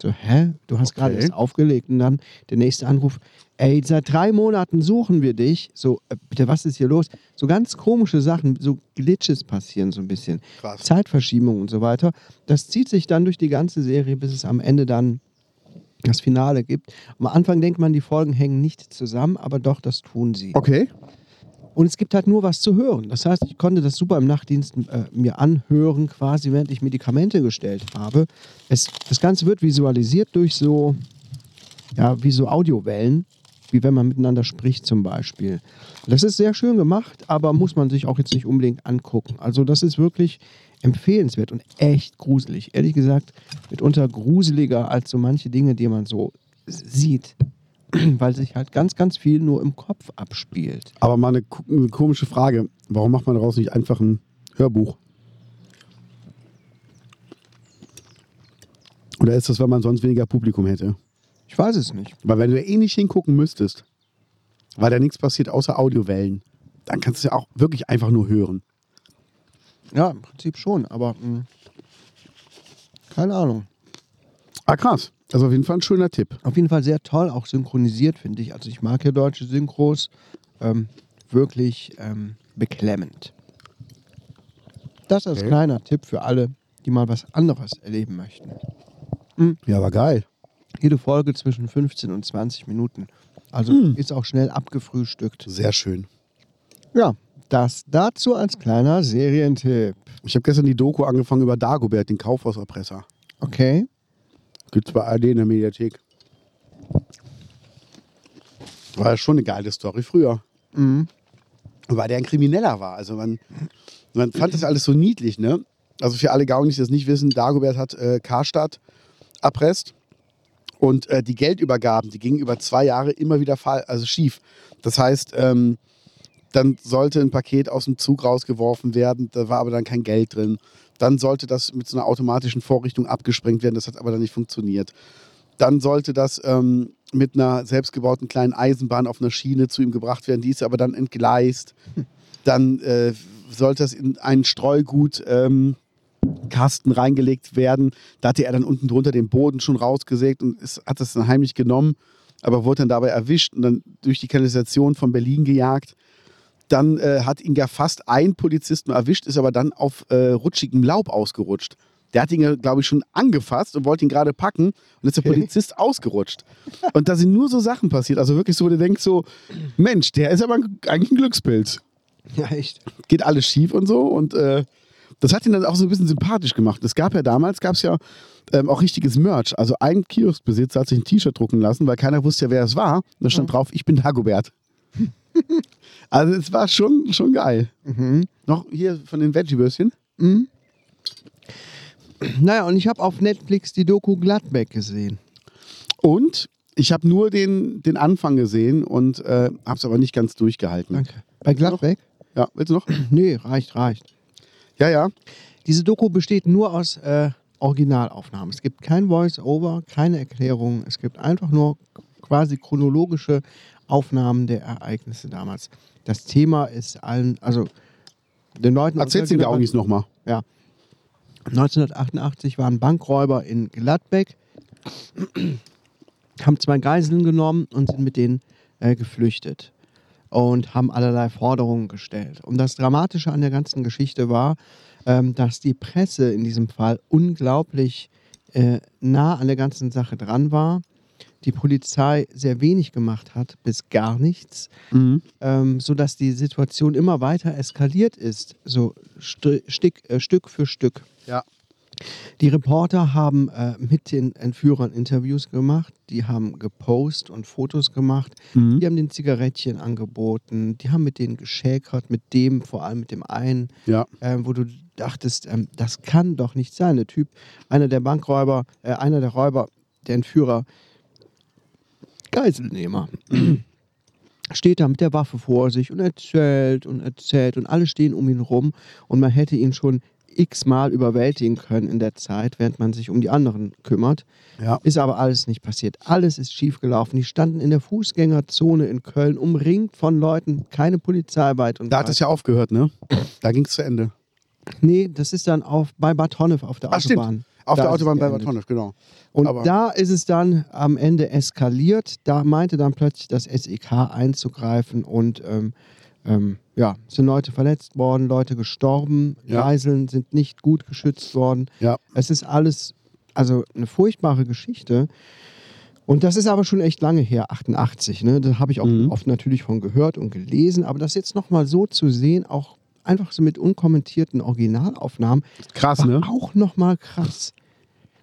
[SPEAKER 2] So, hä? Du hast gerade
[SPEAKER 3] Okay.
[SPEAKER 2] erst aufgelegt und dann der nächste Anruf. Ey, seit drei Monaten suchen wir dich. So, äh, bitte, was ist hier los? So ganz komische Sachen, so Glitches passieren so ein bisschen.
[SPEAKER 3] Krass.
[SPEAKER 2] Zeitverschiebung und so weiter. Das zieht sich dann durch die ganze Serie, bis es am Ende dann das Finale gibt. Am Anfang denkt man, die Folgen hängen nicht zusammen, aber doch, das tun sie.
[SPEAKER 3] Okay.
[SPEAKER 2] Und es gibt halt nur was zu hören. Das heißt, ich konnte das super im Nachtdienst äh, mir anhören, quasi während ich Medikamente gestellt habe. Es, das Ganze wird visualisiert durch so, ja, wie so Audiowellen, wie wenn man miteinander spricht zum Beispiel. Das ist sehr schön gemacht, aber muss man sich auch jetzt nicht unbedingt angucken. Also das ist wirklich empfehlenswert und echt gruselig. Ehrlich gesagt, mitunter gruseliger als so manche Dinge, die man so s- sieht, *clears throat* weil sich halt ganz, ganz viel nur im Kopf abspielt.
[SPEAKER 3] Aber mal eine, ku- eine komische Frage. Warum macht man daraus nicht einfach ein Hörbuch? Oder ist das, weil man sonst weniger Publikum hätte?
[SPEAKER 2] Ich weiß es nicht.
[SPEAKER 3] Weil wenn du eh nicht hingucken müsstest, weil da nichts passiert außer Audiowellen, dann kannst du ja auch wirklich einfach nur hören.
[SPEAKER 2] Ja, im Prinzip schon, aber mh, keine Ahnung.
[SPEAKER 3] Ah, krass. Also auf jeden Fall ein schöner Tipp.
[SPEAKER 2] Auf jeden Fall sehr toll, auch synchronisiert, finde ich. Also ich mag ja deutsche Synchros. Ähm, wirklich ähm, beklemmend. Das als
[SPEAKER 3] Okay.
[SPEAKER 2] kleiner Tipp für alle, die mal was anderes erleben möchten.
[SPEAKER 3] Ja, war geil.
[SPEAKER 2] Jede Folge zwischen 15 und 20 Minuten. Also ist auch schnell abgefrühstückt.
[SPEAKER 3] Sehr schön.
[SPEAKER 2] Ja, das dazu als kleiner Serientipp.
[SPEAKER 3] Ich habe gestern die Doku angefangen über Dagobert, den Kaufhauserpresser.
[SPEAKER 2] Okay.
[SPEAKER 3] Gibt's bei ARD in der Mediathek. War ja schon eine geile Story früher. Weil der ein Krimineller war. Also man, man fand das alles so niedlich, ne? Also für alle Gaunis, die das nicht wissen, Dagobert hat äh, Karstadt erpresst. Und äh, die Geldübergaben, die gingen über zwei Jahre immer wieder fall, also schief. Das heißt, ähm, dann sollte ein Paket aus dem Zug rausgeworfen werden, da war aber dann kein Geld drin. Dann sollte das mit so einer automatischen Vorrichtung abgesprengt werden, das hat aber dann nicht funktioniert. Dann sollte das ähm, mit einer selbstgebauten kleinen Eisenbahn auf einer Schiene zu ihm gebracht werden, die ist aber dann entgleist. Dann äh, sollte das in einen Streugut. Ähm, Kasten reingelegt werden. Da hatte er dann unten drunter den Boden schon rausgesägt und ist, hat das dann heimlich genommen, aber wurde dann dabei erwischt und dann durch die Kanalisation von Berlin gejagt. Dann äh, hat ihn ja fast ein Polizist nur erwischt, ist aber dann auf äh, rutschigem Laub ausgerutscht. Der hat ihn, ja, glaube ich, schon angefasst und wollte ihn gerade packen und ist der Polizist ausgerutscht. Und da sind nur so Sachen passiert. Also wirklich so, wo du denkst so, Mensch, der ist aber ein- eigentlich ein Glückspilz
[SPEAKER 2] Ja, echt.
[SPEAKER 3] geht alles schief und so. Und äh, das hat ihn dann auch so ein bisschen sympathisch gemacht. Es gab ja damals, gab es ja ähm, auch richtiges Merch. Also ein Kioskbesitzer hat sich ein T-Shirt drucken lassen, weil keiner wusste ja, wer es war. Und da stand drauf, ich bin Dagobert. also es war schon, schon geil. Noch hier von den Veggie-Würstchen.
[SPEAKER 2] Naja, und ich habe auf Netflix die Doku Gladbeck gesehen.
[SPEAKER 3] Und ich habe nur den, den Anfang gesehen und äh, habe es aber nicht ganz durchgehalten.
[SPEAKER 2] Danke. Bei Gladbeck?
[SPEAKER 3] Ja, willst du noch?
[SPEAKER 2] Nee, reicht, reicht.
[SPEAKER 3] Ja, ja.
[SPEAKER 2] Diese Doku besteht nur aus äh, Originalaufnahmen. Es gibt kein Voice-Over, keine Erklärung. Es gibt einfach nur quasi chronologische Aufnahmen der Ereignisse damals. Das Thema ist allen, also den Leuten.
[SPEAKER 3] Erzähl's den Gaunis nochmal.
[SPEAKER 2] Ja. 1988 waren Bankräuber in Gladbeck, haben zwei Geiseln genommen und sind mit denen äh, geflüchtet und haben allerlei Forderungen gestellt. Und das Dramatische an der ganzen Geschichte war, ähm, dass die Presse in diesem Fall unglaublich äh, nah an der ganzen Sache dran war, die Polizei sehr wenig gemacht hat, bis gar nichts ähm, sodass die Situation immer weiter eskaliert ist, so st Stick, äh, Stück für Stück.
[SPEAKER 3] Ja.
[SPEAKER 2] Die Reporter haben äh, mit den Entführern Interviews gemacht, die haben gepostet und Fotos gemacht, die haben den Zigarettchen angeboten, die haben mit denen geschäkert, mit dem, vor allem mit dem einen,
[SPEAKER 3] Ja.
[SPEAKER 2] äh, wo du dachtest, ähm, das kann doch nicht sein. Der Typ, einer der Bankräuber, äh, einer der Räuber, der Entführer,
[SPEAKER 3] *clears throat*
[SPEAKER 2] Geiselnehmer, steht da mit der Waffe vor sich und erzählt und erzählt und alle stehen um ihn rum und man hätte ihn schon x-mal überwältigen können in der Zeit, während man sich um die anderen kümmert.
[SPEAKER 3] Ja.
[SPEAKER 2] Ist aber alles nicht passiert. Alles ist schiefgelaufen. Die standen in der Fußgängerzone in Köln, umringt von Leuten, keine Polizei weit und
[SPEAKER 3] Da hat es ja aufgehört, ne? Da ging's zu Ende.
[SPEAKER 2] Nee, das ist dann auf, bei Bad Honnef auf der
[SPEAKER 3] Ach,
[SPEAKER 2] Autobahn.
[SPEAKER 3] Ah, stimmt. Auf
[SPEAKER 2] Da
[SPEAKER 3] der
[SPEAKER 2] ist es
[SPEAKER 3] Autobahn bei
[SPEAKER 2] geendet.
[SPEAKER 3] Bad Honnef, genau.
[SPEAKER 2] Und
[SPEAKER 3] Aber-
[SPEAKER 2] da ist es dann am Ende eskaliert. Da meinte dann plötzlich das SEK einzugreifen und ähm, ähm, ja, es sind Leute verletzt worden, Leute gestorben,
[SPEAKER 3] Ja.
[SPEAKER 2] Geiseln sind nicht gut geschützt worden.
[SPEAKER 3] Ja.
[SPEAKER 2] Es ist alles, also eine furchtbare Geschichte. Und das ist aber schon echt lange her, 88. Ne? Da habe ich auch
[SPEAKER 3] Mhm.
[SPEAKER 2] oft natürlich von gehört und gelesen. Aber das jetzt nochmal so zu sehen, auch einfach so mit unkommentierten Originalaufnahmen,
[SPEAKER 3] Krass,
[SPEAKER 2] war
[SPEAKER 3] ne?
[SPEAKER 2] auch nochmal krass.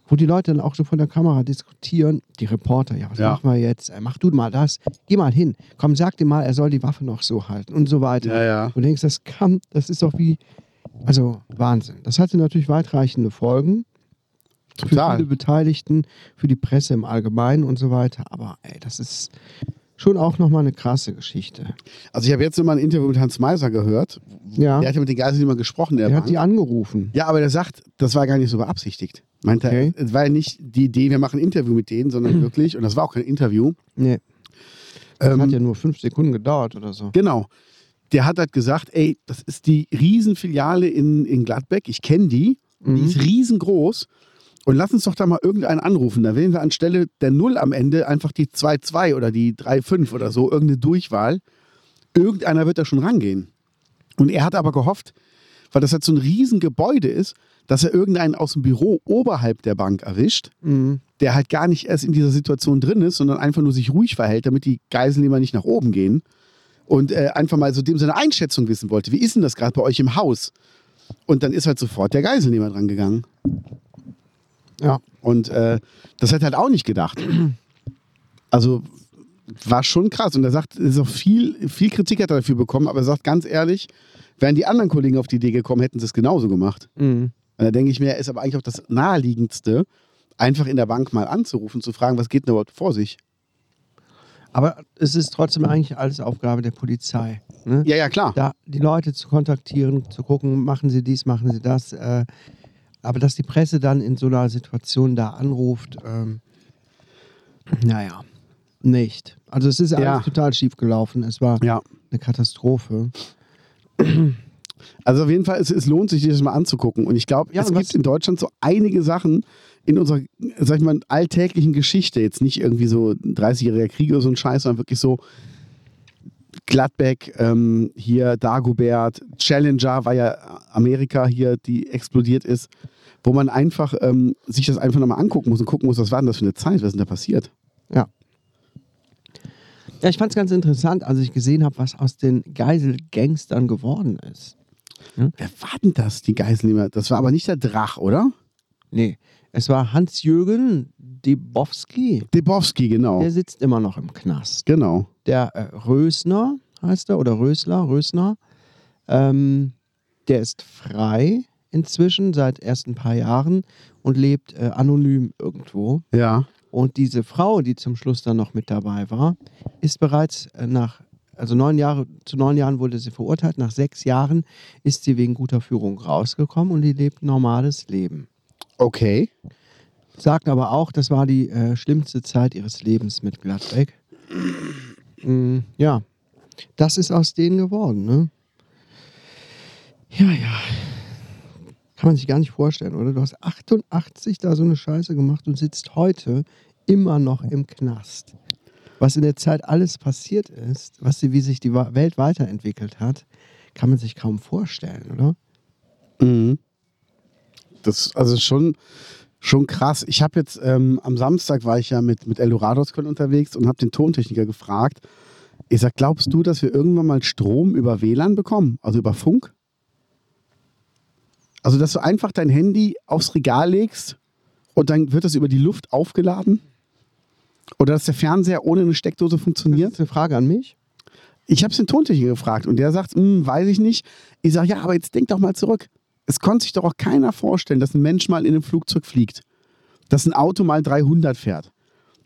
[SPEAKER 2] Wo die Leute dann auch so vor der Kamera diskutieren, die Reporter, ja, was
[SPEAKER 3] Ja.
[SPEAKER 2] machen wir jetzt? Äh, Mach du mal das, geh mal hin, komm, sag dir mal, er soll die Waffe noch so halten und so weiter.
[SPEAKER 3] Ja, ja.
[SPEAKER 2] Und du denkst, das kann, das ist doch wie, also Wahnsinn. Das hatte natürlich weitreichende Folgen für
[SPEAKER 3] Total.
[SPEAKER 2] viele Beteiligten, für die Presse im Allgemeinen und so weiter. Aber ey, das ist schon auch nochmal eine krasse Geschichte.
[SPEAKER 3] Also ich habe jetzt nochmal ein Interview mit Hans Meiser gehört.
[SPEAKER 2] Ja,
[SPEAKER 3] Der hat ja mit den Geiseln immer gesprochen, der,
[SPEAKER 2] er hat
[SPEAKER 3] Mann.
[SPEAKER 2] die angerufen.
[SPEAKER 3] Ja, aber der sagt, das war gar nicht so beabsichtigt. Meint
[SPEAKER 2] Okay.
[SPEAKER 3] er, es war ja nicht die Idee, wir machen ein Interview mit denen,
[SPEAKER 2] *clears throat*
[SPEAKER 3] sondern wirklich, und das war auch kein Interview.
[SPEAKER 2] Nee, das
[SPEAKER 3] Ähm,
[SPEAKER 2] hat ja nur fünf Sekunden gedauert oder so.
[SPEAKER 3] Genau. Der hat halt gesagt, ey, das ist die Riesenfiliale in, in Gladbeck, ich kenne die, die ist riesengroß. Und lass uns doch da mal irgendeinen anrufen. Da wählen wir anstelle der Null am Ende einfach die 2-2 oder die 3-5 oder so, irgendeine Durchwahl. Irgendeiner wird da schon rangehen. Und er hat aber gehofft, weil das halt so ein Riesengebäude ist, dass er irgendeinen aus dem Büro oberhalb der Bank erwischt, der halt gar nicht erst in dieser Situation drin ist, sondern einfach nur sich ruhig verhält, damit die Geiselnehmer nicht nach oben gehen und äh, einfach mal so dem seine Einschätzung wissen wollte. Wie ist denn das gerade bei euch im Haus? Und dann ist halt sofort der Geiselnehmer dran gegangen.
[SPEAKER 2] Ja.
[SPEAKER 3] Und äh, das hat er halt auch nicht gedacht. Also war schon krass. Und er sagt, es ist auch viel, viel Kritik hat er dafür bekommen, aber er sagt ganz ehrlich, wären die anderen Kollegen auf die Idee gekommen, hätten sie es genauso gemacht.
[SPEAKER 2] Mhm.
[SPEAKER 3] Und da denke ich mir, ist aber eigentlich auch das Naheliegendste, einfach in der Bank mal anzurufen, zu fragen, was geht denn überhaupt vor sich?
[SPEAKER 2] Aber es ist trotzdem eigentlich alles Aufgabe der Polizei. Ne?
[SPEAKER 3] Ja, ja, klar.
[SPEAKER 2] Da die Leute zu kontaktieren, zu gucken, machen sie dies, machen sie das. Äh, aber dass die Presse dann in so einer Situation da anruft, ähm, naja, nicht. Also es ist alles
[SPEAKER 3] Ja.
[SPEAKER 2] total schief gelaufen. Es war
[SPEAKER 3] Ja.
[SPEAKER 2] eine Katastrophe.
[SPEAKER 3] Also auf jeden Fall, es, es lohnt sich, sich das mal anzugucken. Und ich glaube,
[SPEAKER 2] Ja,
[SPEAKER 3] es
[SPEAKER 2] und was-
[SPEAKER 3] gibt in Deutschland so einige Sachen in unserer, sag ich mal, alltäglichen Geschichte. Jetzt nicht irgendwie so ein 30-jähriger Krieg oder so ein Scheiß, sondern wirklich so Gladbeck, ähm, hier Dagobert, Challenger war ja Amerika hier, die explodiert ist, wo man einfach ähm, sich das einfach nochmal angucken muss und gucken muss, was war denn das für eine Zeit, was ist denn da passiert?
[SPEAKER 2] Ja. Ja, ich fand es ganz interessant, als ich gesehen habe, was aus den Geiselgangstern geworden ist.
[SPEAKER 3] Wer war denn das, die Geiselnehmer? Das war aber nicht der Drach, oder?
[SPEAKER 2] Nee, es war Hans-Jürgen Debowski.
[SPEAKER 3] Debowski, genau.
[SPEAKER 2] Der sitzt immer noch im Knast.
[SPEAKER 3] Genau.
[SPEAKER 2] Der äh, Rösner heißt er, oder Rösler, Rösner, ähm, der ist frei inzwischen seit erst ein paar Jahren und lebt äh, anonym irgendwo.
[SPEAKER 3] Ja.
[SPEAKER 2] Und diese Frau, die zum Schluss dann noch mit dabei war, ist bereits äh, nach, also neun Jahre, zu neun Jahren wurde sie verurteilt, nach sechs Jahren ist sie wegen guter Führung rausgekommen und die lebt ein normales Leben.
[SPEAKER 3] Okay.
[SPEAKER 2] Sagt aber auch, das war die äh, schlimmste Zeit ihres Lebens mit Gladbeck. Mm, ja, das ist aus denen geworden, ne? Ja, ja. Kann man sich gar nicht vorstellen, oder? Du hast 88 da so eine Scheiße gemacht und sitzt heute immer noch im Knast. Was in der Zeit alles passiert ist, was, wie sich die Wa- Welt weiterentwickelt hat, kann man sich kaum vorstellen, oder?
[SPEAKER 3] Das also schon schon krass. Ich habe jetzt ähm, am Samstag war ich ja mit mit Eldorados Köln unterwegs und habe den Tontechniker gefragt. Ich sag, glaubst du, dass wir irgendwann mal Strom über WLAN bekommen, also über Funk? Also, dass du einfach dein Handy aufs Regal legst und dann wird das über die Luft aufgeladen? Oder dass der Fernseher ohne eine Steckdose
[SPEAKER 2] Das
[SPEAKER 3] funktioniert?
[SPEAKER 2] ist eine Frage an mich.
[SPEAKER 3] Ich habe es den Tontechniker gefragt und der sagt, "Hm, weiß ich nicht. Ich sage, ja, aber jetzt denk doch mal zurück. Es konnte sich doch auch keiner vorstellen, dass ein Mensch mal in einem Flugzeug fliegt, dass ein Auto mal 300 fährt,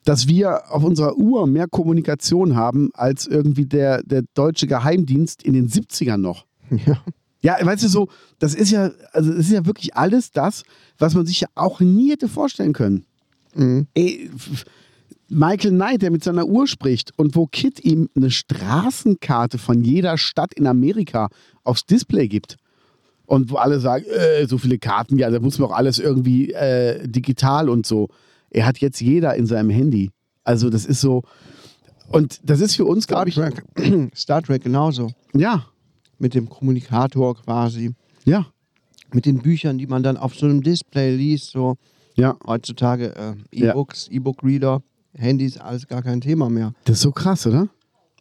[SPEAKER 3] dass wir auf unserer Uhr mehr Kommunikation haben als irgendwie der, der deutsche Geheimdienst in den 70ern noch.
[SPEAKER 2] Ja.
[SPEAKER 3] Ja, weißt du so, das ist ja, also es ist ja wirklich alles das, was man sich ja auch nie hätte vorstellen können. Ey, f- Michael Knight, der mit seiner Uhr spricht und wo Kid ihm eine Straßenkarte von jeder Stadt in Amerika aufs Display gibt. Und wo alle sagen, äh, so viele Karten, ja, da muss man auch alles irgendwie äh, digital und so. Er hat jetzt jeder in seinem Handy. Also das ist so. Und das ist für uns,
[SPEAKER 2] Star
[SPEAKER 3] glaube ich,
[SPEAKER 2] Trek. Star Trek genauso.
[SPEAKER 3] ja,
[SPEAKER 2] Mit dem Kommunikator quasi.
[SPEAKER 3] ja,
[SPEAKER 2] Mit den Büchern, die man dann auf so einem Display liest. So
[SPEAKER 3] ja.
[SPEAKER 2] heutzutage äh,
[SPEAKER 3] Ja.
[SPEAKER 2] E-Books, E-Book-Reader, Handys, alles gar kein Thema mehr.
[SPEAKER 3] Das ist so krass, oder?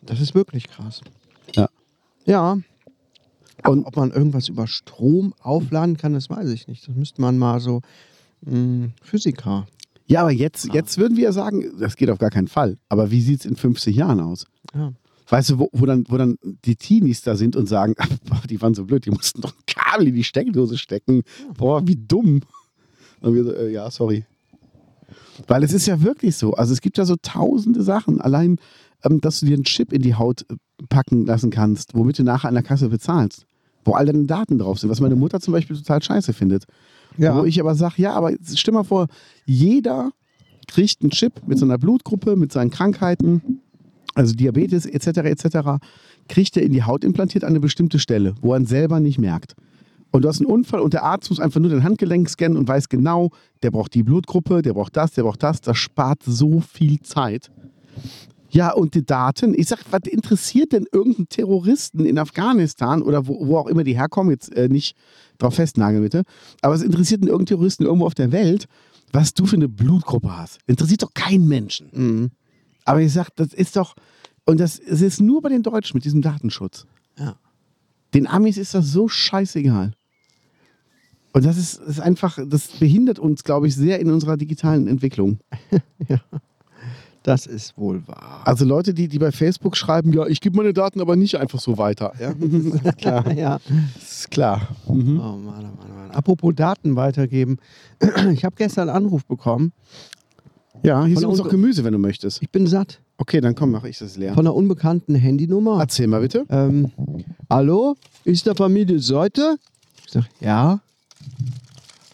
[SPEAKER 2] Das ist wirklich krass.
[SPEAKER 3] Ja.
[SPEAKER 2] Ja.
[SPEAKER 3] Und-
[SPEAKER 2] Und ob man irgendwas über Strom aufladen kann, das weiß ich nicht. Das müsste man mal so mh, Physiker.
[SPEAKER 3] Ja, aber jetzt, jetzt würden wir sagen, das geht auf gar keinen Fall. Aber wie sieht es in 50 Jahren aus?
[SPEAKER 2] Ja.
[SPEAKER 3] Weißt du, wo, wo, dann, wo dann die Teenies da sind und sagen, *laughs* boah, die waren so blöd, die mussten doch ein Kabel in die Steckdose stecken. Boah, wie dumm. Und wir so, äh, ja, sorry. Weil es ist ja wirklich so. Also es gibt ja so tausende Sachen. Allein, ähm, dass du dir einen Chip in die Haut äh, packen lassen kannst, womit du nachher an der Kasse bezahlst. Wo all deine Daten drauf sind. Was meine Mutter zum Beispiel total scheiße findet.
[SPEAKER 2] Ja.
[SPEAKER 3] Wo ich aber sage, ja, aber jetzt stell mal vor, jeder kriegt einen Chip mit seiner Blutgruppe, mit seinen Krankheiten, also Diabetes etc. etc. kriegt er in die Haut implantiert an eine bestimmte Stelle, wo er ihn selber nicht merkt. Und du hast einen Unfall und der Arzt muss einfach nur dein Handgelenk scannen und weiß genau, der braucht die Blutgruppe, der braucht das, der braucht das. Das spart so viel Zeit. Ja, und die Daten, ich sag, was interessiert denn irgendeinen Terroristen in Afghanistan oder wo, wo auch immer die herkommen, jetzt äh, nicht drauf festnageln bitte, aber es interessiert denn irgendeinen Terroristen irgendwo auf der Welt, was du für eine Blutgruppe hast. Interessiert doch keinen Menschen. Aber ich sag, das ist doch, und das, es ist nur bei den Deutschen mit diesem Datenschutz.
[SPEAKER 2] Ja.
[SPEAKER 3] Den Amis ist das so scheißegal. Und das ist, ist einfach, das behindert uns, glaube ich, sehr in unserer digitalen Entwicklung.
[SPEAKER 2] Das ist wohl
[SPEAKER 3] *laughs*
[SPEAKER 2] wahr.
[SPEAKER 3] Also Leute, die, die bei Facebook schreiben, ja, ich gebe meine Daten aber nicht einfach so weiter. Ja,
[SPEAKER 2] Klar. ja.
[SPEAKER 3] ist klar.
[SPEAKER 2] Oh Mann, oh Mann, oh Mann. Apropos Daten weitergeben. *clears throat* Ich habe gestern einen Anruf bekommen.
[SPEAKER 3] Ja, hier
[SPEAKER 2] Von
[SPEAKER 3] ist uns
[SPEAKER 2] unten-
[SPEAKER 3] auch Gemüse, wenn du möchtest.
[SPEAKER 2] Ich bin satt.
[SPEAKER 3] Okay, dann komm, mache ich das leer.
[SPEAKER 2] Von einer unbekannten Handynummer.
[SPEAKER 3] Erzähl mal bitte.
[SPEAKER 2] Ähm, Hallo, ist da Familie Seute? Ich sag, ja.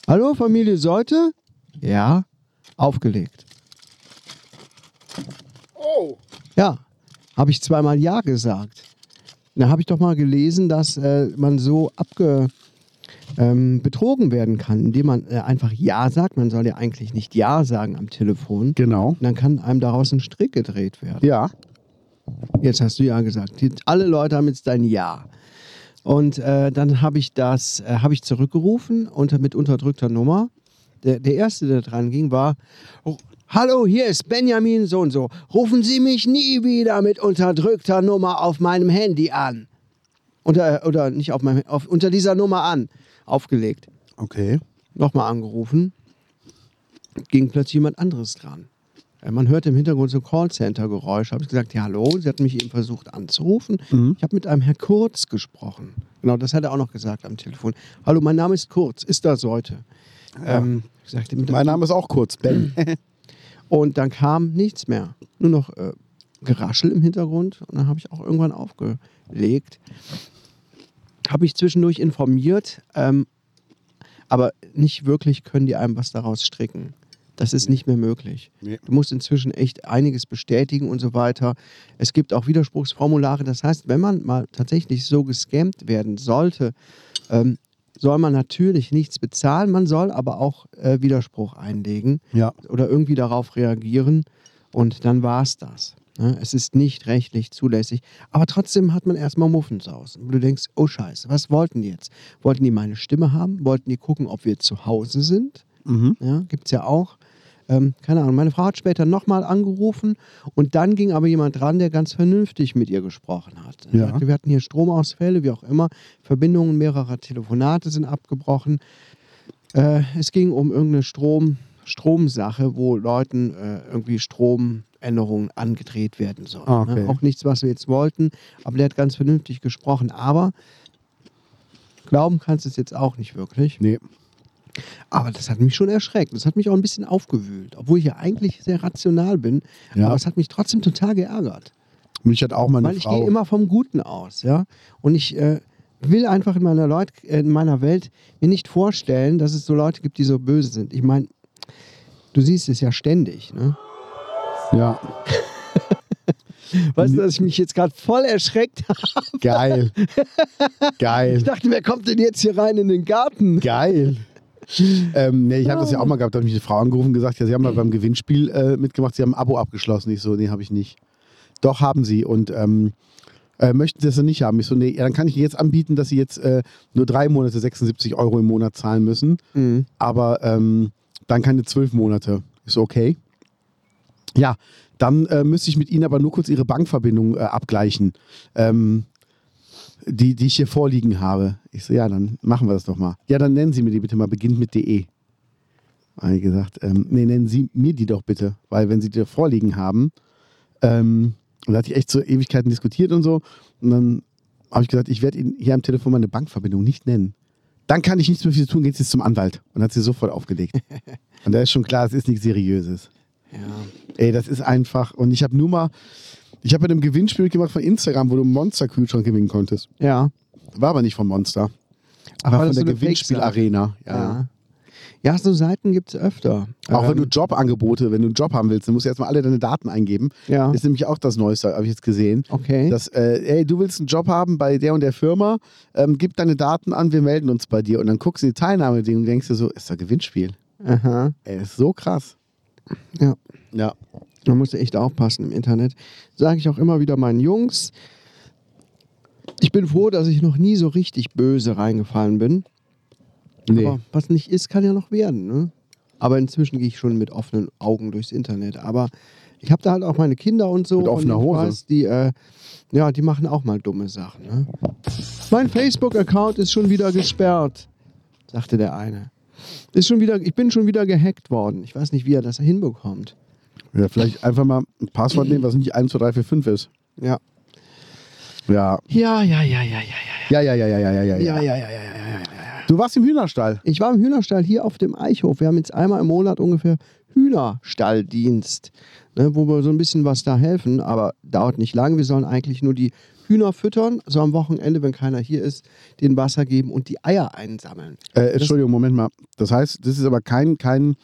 [SPEAKER 2] Hallo, Familie Seute? Ja. Aufgelegt.
[SPEAKER 3] Oh.
[SPEAKER 2] Ja, habe ich zweimal Ja gesagt. Da habe ich doch mal gelesen, dass äh, man so abge, ähm, betrogen werden kann, indem man äh, einfach Ja sagt. Man soll ja eigentlich nicht Ja sagen am Telefon.
[SPEAKER 3] Genau.
[SPEAKER 2] Und dann kann einem daraus ein Strick gedreht werden.
[SPEAKER 3] Ja.
[SPEAKER 2] Jetzt hast du Ja gesagt. Jetzt, alle Leute haben jetzt dein Ja. Und äh, dann habe ich das, äh, habe ich zurückgerufen unter, mit unterdrückter Nummer. Der, der erste, der dran ging, war: "Oh, Hallo, hier ist Benjamin so und so. Rufen Sie mich nie wieder mit unterdrückter Nummer auf meinem Handy an. Unter, äh, oder nicht auf meinem, auf, unter dieser Nummer an. Aufgelegt.
[SPEAKER 3] Okay.
[SPEAKER 2] Nochmal angerufen. Ging plötzlich jemand anderes dran. Äh, Man hörte im Hintergrund so Callcenter-Geräusche. Habe ich gesagt, ja, hallo. Sie hat mich eben versucht anzurufen. Ich habe mit einem Herr Kurz gesprochen. Genau, das hat er auch noch gesagt am Telefon. Hallo, mein Name ist Kurz. Ist das heute? Ähm, ich sagte, mit
[SPEAKER 3] Mein Name ist auch kurz, Ben.
[SPEAKER 2] und dann kam nichts mehr. Nur noch äh, Geraschel im Hintergrund. Und dann habe ich auch irgendwann aufgelegt. Habe ich zwischendurch informiert, ähm, aber nicht wirklich können die einem was daraus stricken. Das ist nicht mehr möglich.
[SPEAKER 3] Nee.
[SPEAKER 2] Du musst inzwischen echt einiges bestätigen und so weiter. Es gibt auch Widerspruchsformulare. Das heißt, wenn man mal tatsächlich so gescammt werden sollte, ähm, soll man natürlich nichts bezahlen. Man soll aber auch äh, Widerspruch einlegen
[SPEAKER 3] *clears throat* ja.
[SPEAKER 2] oder irgendwie darauf reagieren und dann war es das. Ne? Es ist nicht rechtlich zulässig, aber trotzdem hat man erstmal Muffensausen. wo Du denkst, oh Scheiße, was wollten die jetzt? Wollten die meine Stimme haben? Wollten die gucken, ob wir zu Hause sind?
[SPEAKER 3] Mhm.
[SPEAKER 2] Ja, Gibt es ja auch. Ähm, keine Ahnung, meine Frau hat später nochmal angerufen und dann ging aber jemand dran, der ganz vernünftig mit ihr gesprochen hat. Er
[SPEAKER 3] Ja.
[SPEAKER 2] sagte, wir hatten hier Stromausfälle, wie auch immer, Verbindungen mehrerer Telefonate sind abgebrochen. Äh, es ging um irgendeine Strom, Stromsache, wo Leuten äh, irgendwie Stromänderungen angedreht werden sollen.
[SPEAKER 3] Ah, okay.
[SPEAKER 2] ne? Auch nichts, was wir jetzt wollten, aber der hat ganz vernünftig gesprochen. Aber glauben kannst du es jetzt auch nicht wirklich.
[SPEAKER 3] Nee.
[SPEAKER 2] Aber das hat mich schon erschreckt. Das hat mich auch ein bisschen aufgewühlt, obwohl ich ja eigentlich sehr rational bin.
[SPEAKER 3] Ja.
[SPEAKER 2] Aber es hat mich trotzdem total geärgert.
[SPEAKER 3] Mich hat auch meine
[SPEAKER 2] Weil ich
[SPEAKER 3] Frau.
[SPEAKER 2] gehe immer vom Guten aus, ja. Und ich äh, will einfach in meiner, Leut äh, in meiner Welt mir nicht vorstellen, dass es so Leute gibt, die so böse sind. Ich meine, du siehst es ja ständig, ne?
[SPEAKER 3] ja.
[SPEAKER 2] Weißt du, dass ich mich jetzt gerade voll erschreckt *laughs* habe?
[SPEAKER 3] *laughs* Geil. Geil.
[SPEAKER 2] Ich dachte, wer kommt denn jetzt hier rein in den Garten?
[SPEAKER 3] Geil. Ähm, nee, ich habe das ja auch mal gehabt, da hat mich eine Frau angerufen und gesagt, ja, sie haben mal beim Gewinnspiel äh, mitgemacht, sie haben ein Abo abgeschlossen. Ich so, nee, habe ich nicht. Doch, haben sie. Und ähm, äh, möchten sie das denn nicht haben? Ich so, nee, ja, dann kann ich Ihnen jetzt anbieten, dass sie jetzt äh, nur drei Monate 76 Euro im Monat zahlen müssen, aber ähm, dann keine zwölf Monate. Ich so, okay. Ja, dann äh, müsste ich mit Ihnen aber nur kurz Ihre Bankverbindung äh, abgleichen, ähm, die, die ich hier vorliegen habe. Ich so, ja, dann machen wir das doch mal. Ja, dann nennen Sie mir die bitte mal, beginnt mit DE. Habe ich gesagt, ähm, nee, nennen Sie mir die doch bitte, weil wenn Sie die vorliegen haben, ähm, und da hatte ich echt so Ewigkeiten diskutiert und so, und dann habe ich gesagt, ich werde Ihnen hier am Telefon meine Bankverbindung nicht nennen. Dann kann ich nichts mehr für Sie tun, geht jetzt zum Anwalt. Und hat sie sofort aufgelegt. und da ist schon klar, es ist nichts Seriöses. Ey, das ist einfach. Und ich habe nur mal, ich habe bei einem Gewinnspiel gemacht von Instagram, wo du einen Monster-Kühlschrank gewinnen konntest.
[SPEAKER 2] Ja.
[SPEAKER 3] War aber nicht vom Monster. Aber
[SPEAKER 2] war
[SPEAKER 3] von
[SPEAKER 2] das
[SPEAKER 3] der
[SPEAKER 2] so eine
[SPEAKER 3] Gewinnspielarena. Ja.
[SPEAKER 2] Ja, ja so Seiten gibt es öfter.
[SPEAKER 3] Auch wenn du
[SPEAKER 2] Ähm,
[SPEAKER 3] Jobangebote, wenn du einen Job haben willst, dann musst du erstmal alle deine Daten eingeben.
[SPEAKER 2] Ja.
[SPEAKER 3] Ist nämlich auch das Neueste, habe ich jetzt gesehen.
[SPEAKER 2] Okay.
[SPEAKER 3] Dass, äh, ey, du willst einen Job haben bei der und der Firma, ähm, gib deine Daten an, wir melden uns bei dir. Und dann guckst du die Teilnahmedingung und denkst dir so, ist da Gewinnspiel?
[SPEAKER 2] Aha.
[SPEAKER 3] Ey, ist so krass.
[SPEAKER 2] Ja.
[SPEAKER 3] Ja.
[SPEAKER 2] Man muss echt aufpassen im Internet. Sage ich auch immer wieder meinen Jungs. Ich bin froh, dass ich noch nie so richtig böse reingefallen bin.
[SPEAKER 3] Nee.
[SPEAKER 2] Aber was nicht ist, kann ja noch werden. Ne? Aber inzwischen gehe ich schon mit offenen Augen durchs Internet. Aber ich habe da halt auch meine Kinder und so.
[SPEAKER 3] Mit offener
[SPEAKER 2] und ich
[SPEAKER 3] Hose.
[SPEAKER 2] Weiß, die, äh, ja, die machen auch mal dumme Sachen. Ne? Mein Facebook-Account ist schon wieder gesperrt, sagte der eine. Ist schon wieder, ich bin schon wieder gehackt worden. Ich weiß nicht, wie er das hinbekommt.
[SPEAKER 3] ja. Vielleicht einfach mal ein Passwort nehmen, was nicht 1, 2, 3, 4, 5 ist.
[SPEAKER 2] Ja.
[SPEAKER 3] Ja.
[SPEAKER 2] Ja, ja, ja, ja, ja, ja.
[SPEAKER 3] Ja, ja, ja, ja, ja, ja, ja.
[SPEAKER 2] Ja,
[SPEAKER 3] ja.
[SPEAKER 2] ja, ja, ja, ja.
[SPEAKER 3] Du warst im Hühnerstall.
[SPEAKER 2] Ich war im Hühnerstall hier auf dem Eichhof. Wir haben jetzt einmal im Monat ungefähr Hühnerstalldienst, ne, wo wir so ein bisschen was da helfen, aber dauert nicht lange. Wir sollen eigentlich nur die Hühner füttern, so am Wochenende, wenn keiner hier ist, den Wasser geben und die Eier einsammeln.
[SPEAKER 3] Äh, Entschuldigung, Moment mal. Das heißt, das ist aber kein, kein,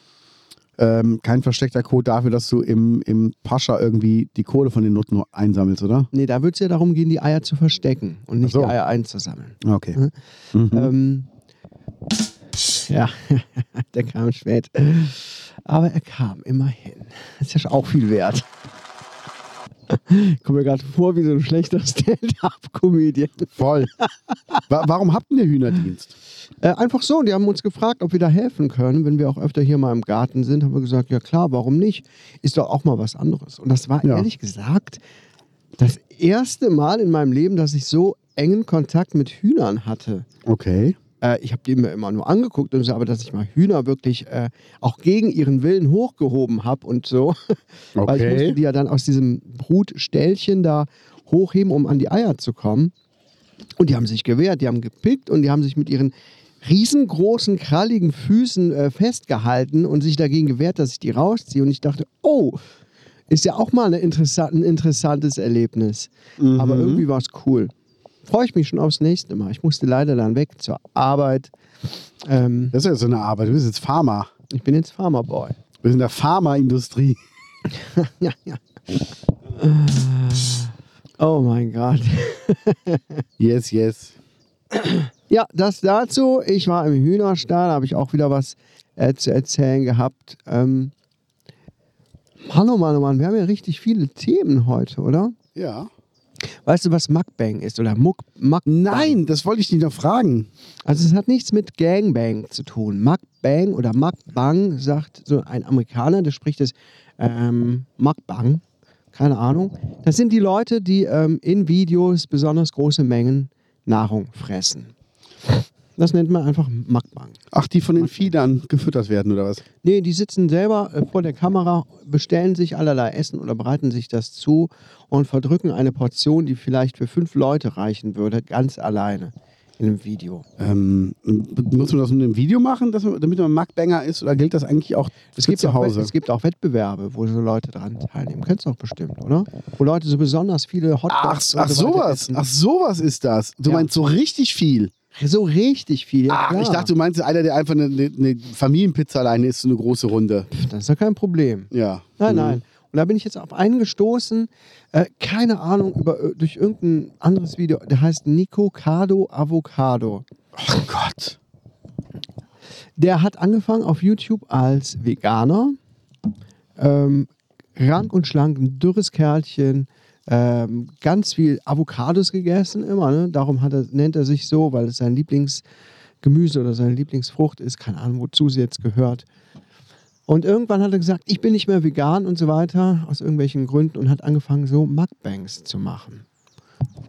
[SPEAKER 3] ähm, kein versteckter Code dafür, dass du im, im Pascha irgendwie die Kohle von den Nutten nur einsammelst, oder?
[SPEAKER 2] Nee, da wird es ja darum gehen, die Eier zu verstecken und nicht
[SPEAKER 3] Ach so.
[SPEAKER 2] die Eier einzusammeln.
[SPEAKER 3] Ah, Okay.
[SPEAKER 2] Hm. Ähm, ja, *laughs* der kam spät. Aber er kam immerhin. Ist ja schon auch viel wert. *laughs* Kommt mir gerade vor wie so ein schlechter Stand-up-Comedian.
[SPEAKER 3] Voll. Wa warum habt ihr Hühnerdienst?
[SPEAKER 2] Äh, einfach so, die haben uns gefragt, ob wir da helfen können. Wenn wir auch öfter hier mal im Garten sind, haben wir gesagt, ja klar, warum nicht? Ist doch auch mal was anderes. Und das war
[SPEAKER 3] Ja.
[SPEAKER 2] ehrlich gesagt das erste Mal in meinem Leben, dass ich so engen Kontakt mit Hühnern hatte.
[SPEAKER 3] Okay.
[SPEAKER 2] äh, ich habe die mir immer nur angeguckt und so, aber dass ich mal Hühner wirklich äh, auch gegen ihren Willen hochgehoben habe und so. *laughs* Weil ich
[SPEAKER 3] Okay.
[SPEAKER 2] musste die ja dann aus diesem Brutställchen da hochheben, um an die Eier zu kommen. Und die haben sich gewehrt, die haben gepickt und die haben sich mit ihren riesengroßen, kralligen Füßen äh, festgehalten und sich dagegen gewehrt, dass ich die rausziehe. Und ich dachte, oh, ist ja auch mal eine interessa- ein interessantes Erlebnis. Aber irgendwie war es cool. Freue ich mich schon aufs nächste Mal. Ich musste leider dann weg zur Arbeit. Ähm,
[SPEAKER 3] Das ist ja so eine Arbeit. Du bist jetzt Farmer.
[SPEAKER 2] ich bin jetzt Farmerboy.
[SPEAKER 3] Wir sind in der Pharmaindustrie.
[SPEAKER 2] *laughs* Ja, ja. Äh, Oh mein Gott.
[SPEAKER 3] Yes, yes.
[SPEAKER 2] Ja, das dazu. Ich war im Hühnerstall, habe ich auch wieder was äh, zu erzählen gehabt. Ähm, Mann, oh Mann, oh Mann, wir haben ja richtig viele Themen heute, oder?
[SPEAKER 3] Ja.
[SPEAKER 2] Weißt du, was Mukbang ist oder Muck, Mukbang?
[SPEAKER 3] Nein, das wollte ich dich noch fragen.
[SPEAKER 2] Also es hat nichts mit Gangbang zu tun. Mukbang oder Mukbang sagt so ein Amerikaner, der spricht es ähm, Mukbang, keine Ahnung. Das sind die Leute, die ähm, in Videos besonders große Mengen Nahrung fressen. Das nennt man einfach Mukbang.
[SPEAKER 3] Ach, die von den Fiedern gefüttert werden, oder was?
[SPEAKER 2] Nee, die sitzen selber äh, vor der Kamera, bestellen sich allerlei Essen oder bereiten sich das zu und verdrücken eine Portion, die vielleicht für fünf Leute reichen würde, ganz alleine in einem Video.
[SPEAKER 3] Ähm, muss man das mit einem Video machen, dass man, damit man Mukbanger ist, oder gilt das eigentlich auch
[SPEAKER 2] Es
[SPEAKER 3] für
[SPEAKER 2] gibt,
[SPEAKER 3] zu
[SPEAKER 2] auch,
[SPEAKER 3] Hause?
[SPEAKER 2] es gibt auch Wettbewerbe, wo so Leute dran teilnehmen. Kennst du auch bestimmt, oder? Wo Leute so besonders viele
[SPEAKER 3] Ach,
[SPEAKER 2] Hotdogs
[SPEAKER 3] ach
[SPEAKER 2] und so weiter
[SPEAKER 3] sowas,
[SPEAKER 2] essen.
[SPEAKER 3] ach sowas ist das. Du
[SPEAKER 2] Ja.
[SPEAKER 3] meinst so richtig viel.
[SPEAKER 2] so richtig viel. Ja,
[SPEAKER 3] Ach,
[SPEAKER 2] klar.
[SPEAKER 3] ich dachte, du meinst einer, der einfach eine, eine, eine Familienpizza alleine isst, so eine große Runde.
[SPEAKER 2] das ist ja kein Problem.
[SPEAKER 3] Ja. Mhm.
[SPEAKER 2] Nein, nein. Und da bin ich jetzt auf einen gestoßen, äh, keine Ahnung, über, äh, durch irgendein anderes Video. Der heißt Nico Cardo Avocado.
[SPEAKER 3] Oh Gott.
[SPEAKER 2] Der hat angefangen auf YouTube als Veganer. Ähm, rank und schlank, ein dürres Kerlchen. Ähm, ganz viel Avocados gegessen immer. Ne? Darum hat er, nennt er sich so, weil es sein Lieblingsgemüse oder seine Lieblingsfrucht ist. Keine Ahnung, wozu sie jetzt gehört. Und irgendwann hat er gesagt, ich bin nicht mehr vegan und so weiter, aus irgendwelchen Gründen, und hat angefangen, so Mukbangs zu machen.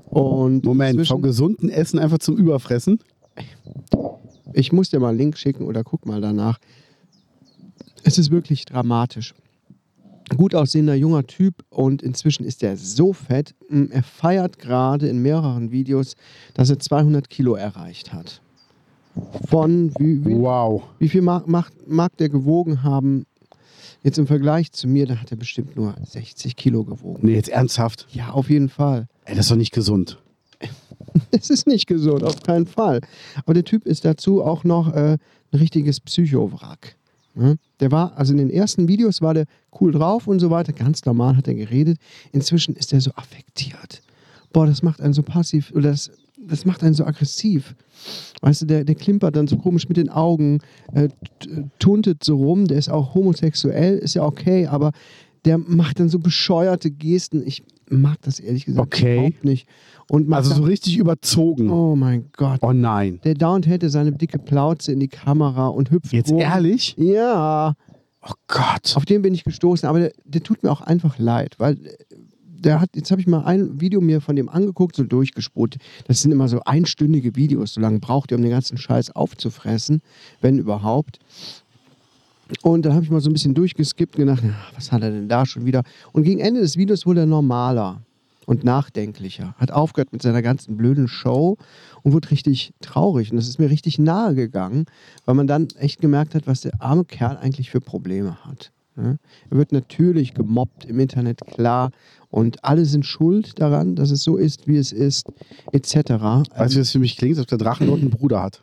[SPEAKER 2] Und
[SPEAKER 3] Moment, vom
[SPEAKER 2] inzwischen-
[SPEAKER 3] gesunden Essen einfach zum Überfressen?
[SPEAKER 2] Ich muss dir mal einen Link schicken oder guck mal danach. Es ist wirklich dramatisch. Gut aussehender junger Typ und inzwischen ist er so fett. mm, Er feiert gerade in mehreren Videos, dass er 200 Kilo erreicht hat. Von wie, wie,
[SPEAKER 3] Wow.
[SPEAKER 2] wie viel mag, mag, mag der gewogen haben? Jetzt im Vergleich zu mir, da hat er bestimmt nur 60 Kilo gewogen.
[SPEAKER 3] Nee, jetzt ernsthaft.
[SPEAKER 2] Ja, auf jeden Fall.
[SPEAKER 3] Ey, das ist doch nicht gesund.
[SPEAKER 2] *laughs* Es ist nicht gesund, auf keinen Fall. Aber der Typ ist dazu auch noch äh, ein richtiges Psychowrack. Ne? Der war, also in den ersten Videos war der cool drauf und so weiter, ganz normal hat er geredet. Inzwischen ist er so affektiert. Boah, das macht einen so passiv, oder das, das macht einen so aggressiv. Weißt du, der, der klimpert dann so komisch mit den Augen, äh, t- tuntet so rum, der ist auch homosexuell, ist ja okay, aber der macht dann so bescheuerte Gesten. Ich mag das ehrlich gesagt
[SPEAKER 3] Okay.
[SPEAKER 2] überhaupt nicht. Und macht
[SPEAKER 3] Also
[SPEAKER 2] dann-
[SPEAKER 3] so richtig überzogen.
[SPEAKER 2] Oh mein Gott.
[SPEAKER 3] Oh nein.
[SPEAKER 2] Der Down hätte seine dicke Plauze in die Kamera und hüpft.
[SPEAKER 3] Jetzt
[SPEAKER 2] rum.
[SPEAKER 3] ehrlich?
[SPEAKER 2] Ja,
[SPEAKER 3] Oh Gott.
[SPEAKER 2] auf den bin ich gestoßen, aber der, der tut mir auch einfach leid, weil äh, der hat, jetzt habe ich mal ein Video mir von dem angeguckt, so durchgespult. Das sind immer so einstündige Videos, so lange braucht ihr, um den ganzen Scheiß aufzufressen, wenn überhaupt. Und dann habe ich mal so ein bisschen durchgeskippt und gedacht, na, was hat er denn da schon wieder? Und gegen Ende des Videos wurde er normaler und nachdenklicher. Hat aufgehört mit seiner ganzen blöden Show und wurde richtig traurig. Und das ist mir richtig nahe gegangen, weil man dann echt gemerkt hat, was der arme Kerl eigentlich für Probleme hat. ne? Er wird natürlich gemobbt im Internet, klar. Und alle sind schuld daran, dass es so ist, wie es ist, etc.
[SPEAKER 3] Weißt du, wie das für mich klingt? Als ob der Drachenlord einen Bruder hat.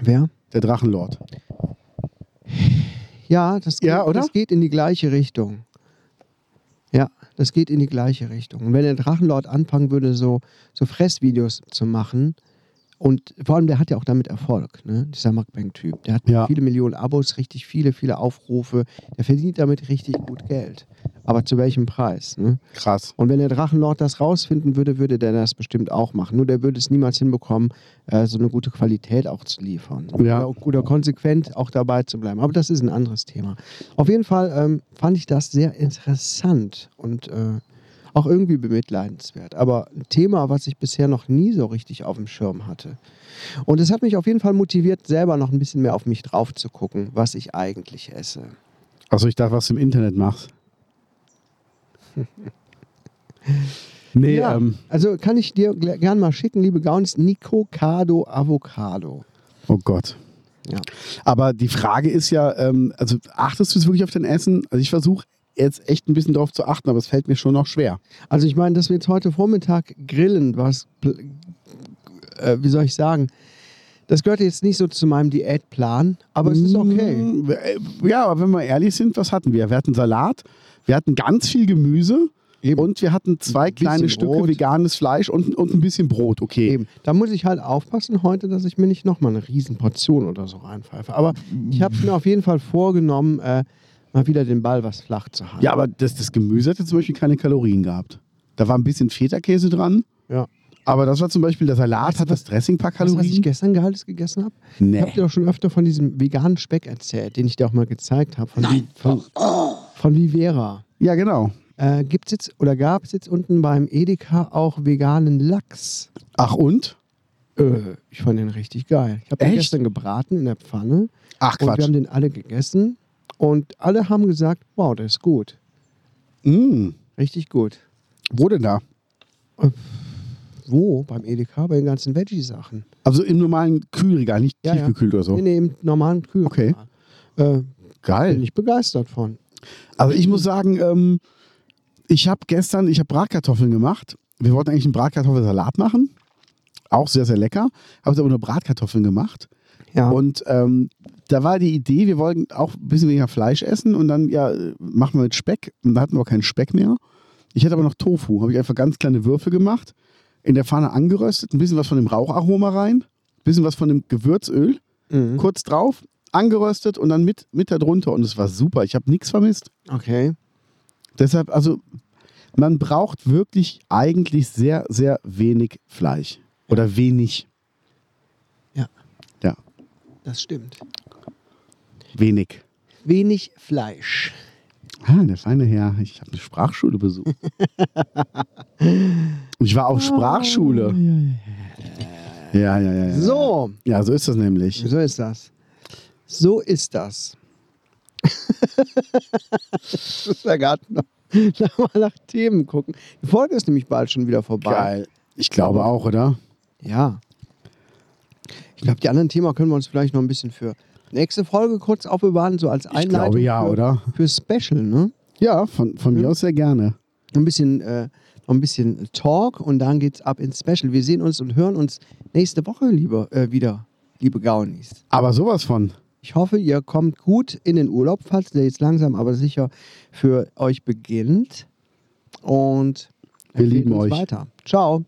[SPEAKER 2] wer?
[SPEAKER 3] Der Drachenlord.
[SPEAKER 2] Ja, das geht,
[SPEAKER 3] Ja, oder?
[SPEAKER 2] das geht in die gleiche Richtung. Ja, das geht in die gleiche Richtung. Und wenn der Drachenlord anfangen würde, so, so Fressvideos zu machen, und vor allem, der hat ja auch damit Erfolg, ne? dieser Mukbang-Typ. Der hat
[SPEAKER 3] Ja.
[SPEAKER 2] viele Millionen Abos, richtig viele, viele Aufrufe. Der verdient damit richtig gut Geld. Aber zu welchem Preis? Ne?
[SPEAKER 3] Krass.
[SPEAKER 2] Und wenn der Drachenlord das rausfinden würde, würde der das bestimmt auch machen. Nur der würde es niemals hinbekommen, äh, so eine gute Qualität auch zu liefern.
[SPEAKER 3] Ja.
[SPEAKER 2] Oder, oder konsequent auch dabei zu bleiben. Aber das ist ein anderes Thema. Auf jeden Fall ähm, fand ich das sehr interessant und äh, auch irgendwie bemitleidenswert. Aber ein Thema, was ich bisher noch nie so richtig auf dem Schirm hatte. Und es hat mich auf jeden Fall motiviert, selber noch ein bisschen mehr auf mich drauf zu gucken, was ich eigentlich esse.
[SPEAKER 3] Also ich dachte, was du im
[SPEAKER 2] *laughs*
[SPEAKER 3] Internet machst. Nee,
[SPEAKER 2] Ja,
[SPEAKER 3] ähm,
[SPEAKER 2] also kann ich dir gl- gern mal schicken, liebe Gaunis, Nico Cardo Avocado.
[SPEAKER 3] oh Gott.
[SPEAKER 2] Ja.
[SPEAKER 3] Aber die Frage ist ja, ähm, also achtest du es wirklich auf dein Essen? Also ich versuche jetzt echt ein bisschen drauf zu achten, aber es fällt mir schon noch schwer.
[SPEAKER 2] Also ich meine, dass wir jetzt heute Vormittag grillen, was, pl- äh, wie soll ich sagen, das gehört jetzt nicht so zu meinem Diätplan, aber es ist okay.
[SPEAKER 3] Mm, äh, Ja, aber wenn wir ehrlich sind, was hatten wir? Wir hatten Salat, wir hatten ganz viel Gemüse
[SPEAKER 2] Eben.
[SPEAKER 3] und wir hatten zwei
[SPEAKER 2] bisschen
[SPEAKER 3] kleine Stücke
[SPEAKER 2] Brot.
[SPEAKER 3] veganes Fleisch und, und ein bisschen Brot. Okay.
[SPEAKER 2] Eben. Da muss ich halt aufpassen heute, dass ich mir nicht nochmal eine Riesenportion oder so reinpfeife. Aber ich habe mir auf jeden Fall vorgenommen, äh, mal wieder den Ball was flach zu halten.
[SPEAKER 3] Ja, aber das, das Gemüse hatte zum Beispiel keine Kalorien gehabt. Da war ein bisschen Feta-Käse dran,
[SPEAKER 2] ja.
[SPEAKER 3] aber das war zum Beispiel der Salat, hat das Dressing ein paar
[SPEAKER 2] Weißt du, was ich
[SPEAKER 3] Kalorien.
[SPEAKER 2] gestern Geheimes gegessen habe?
[SPEAKER 3] Nee.
[SPEAKER 2] Ich habe dir doch schon öfter von diesem veganen Speck erzählt, den ich dir auch mal gezeigt habe. Von, Vi- von, von Vivera.
[SPEAKER 3] Ja, genau.
[SPEAKER 2] Äh, gibt's jetzt oder gab es jetzt unten beim Edeka auch veganen Lachs?
[SPEAKER 3] Ach und?
[SPEAKER 2] Äh, ich fand den richtig geil. Ich habe den
[SPEAKER 3] Echt?
[SPEAKER 2] gestern gebraten in der Pfanne.
[SPEAKER 3] Ach
[SPEAKER 2] Und wir
[SPEAKER 3] Quatsch.
[SPEAKER 2] haben den alle gegessen. Und alle haben gesagt, wow, der ist gut.
[SPEAKER 3] Mm,
[SPEAKER 2] Richtig gut.
[SPEAKER 3] wo denn da?
[SPEAKER 2] Wo? Beim Edeka? Bei den ganzen Veggie-Sachen.
[SPEAKER 3] Also im normalen Kühlregal, nicht
[SPEAKER 2] Ja, ja.
[SPEAKER 3] tiefgekühlt oder so.
[SPEAKER 2] In dem normalen Kühl.
[SPEAKER 3] Okay.
[SPEAKER 2] Äh, bin
[SPEAKER 3] Geil.
[SPEAKER 2] ich begeistert von.
[SPEAKER 3] Also ich muss sagen, ähm, ich habe gestern, ich habe Bratkartoffeln gemacht. Wir wollten eigentlich einen Bratkartoffelsalat machen. Auch sehr, sehr lecker. Habe es aber nur Bratkartoffeln gemacht.
[SPEAKER 2] Ja.
[SPEAKER 3] Und ähm, da war die Idee, wir wollten auch ein bisschen weniger Fleisch essen und dann, ja, machen wir mit Speck. Und da hatten wir auch keinen Speck mehr. Ich hatte aber noch Tofu. Habe ich einfach ganz kleine Würfel gemacht, in der Pfanne angeröstet, ein bisschen was von dem Raucharoma rein, ein bisschen was von dem Gewürzöl, kurz drauf, angeröstet und dann mit, mit da drunter. Und es war super. Ich habe nichts vermisst.
[SPEAKER 2] Okay.
[SPEAKER 3] Deshalb, also, man braucht wirklich eigentlich sehr, sehr wenig Fleisch. Oder wenig.
[SPEAKER 2] Ja.
[SPEAKER 3] Ja,
[SPEAKER 2] Das stimmt.
[SPEAKER 3] wenig.
[SPEAKER 2] Wenig Fleisch.
[SPEAKER 3] Ah, der feine Herr. Ich habe eine Sprachschule besucht. *laughs* ich war auf Sprachschule. Oh, Ja, ja, ja. ja.
[SPEAKER 2] So,
[SPEAKER 3] Ja, so ist das nämlich.
[SPEAKER 2] so ist das. So ist das. *laughs* ich muss da gerade noch, noch mal nach Themen gucken. Die Folge ist nämlich bald schon wieder vorbei.
[SPEAKER 3] Geil. Ich glaube auch, oder?
[SPEAKER 2] Ja. Ich glaube, die anderen Themen können wir uns vielleicht noch ein bisschen für nächste Folge kurz aufbewahren, so als Einleitung.
[SPEAKER 3] glaube ja,
[SPEAKER 2] für,
[SPEAKER 3] oder?
[SPEAKER 2] Für Special, ne?
[SPEAKER 3] Ja, von, von mir aus sehr gerne.
[SPEAKER 2] Ein bisschen, äh, noch ein bisschen Talk und dann geht's ab ins Special. Wir sehen uns und hören uns nächste Woche lieber äh, wieder, liebe Gaunis.
[SPEAKER 3] Aber sowas von.
[SPEAKER 2] Ich hoffe, ihr kommt gut in den Urlaub, falls der jetzt langsam aber sicher für euch beginnt. Und
[SPEAKER 3] Wir
[SPEAKER 2] empfehlt
[SPEAKER 3] lieben
[SPEAKER 2] uns
[SPEAKER 3] euch.
[SPEAKER 2] weiter. Ciao.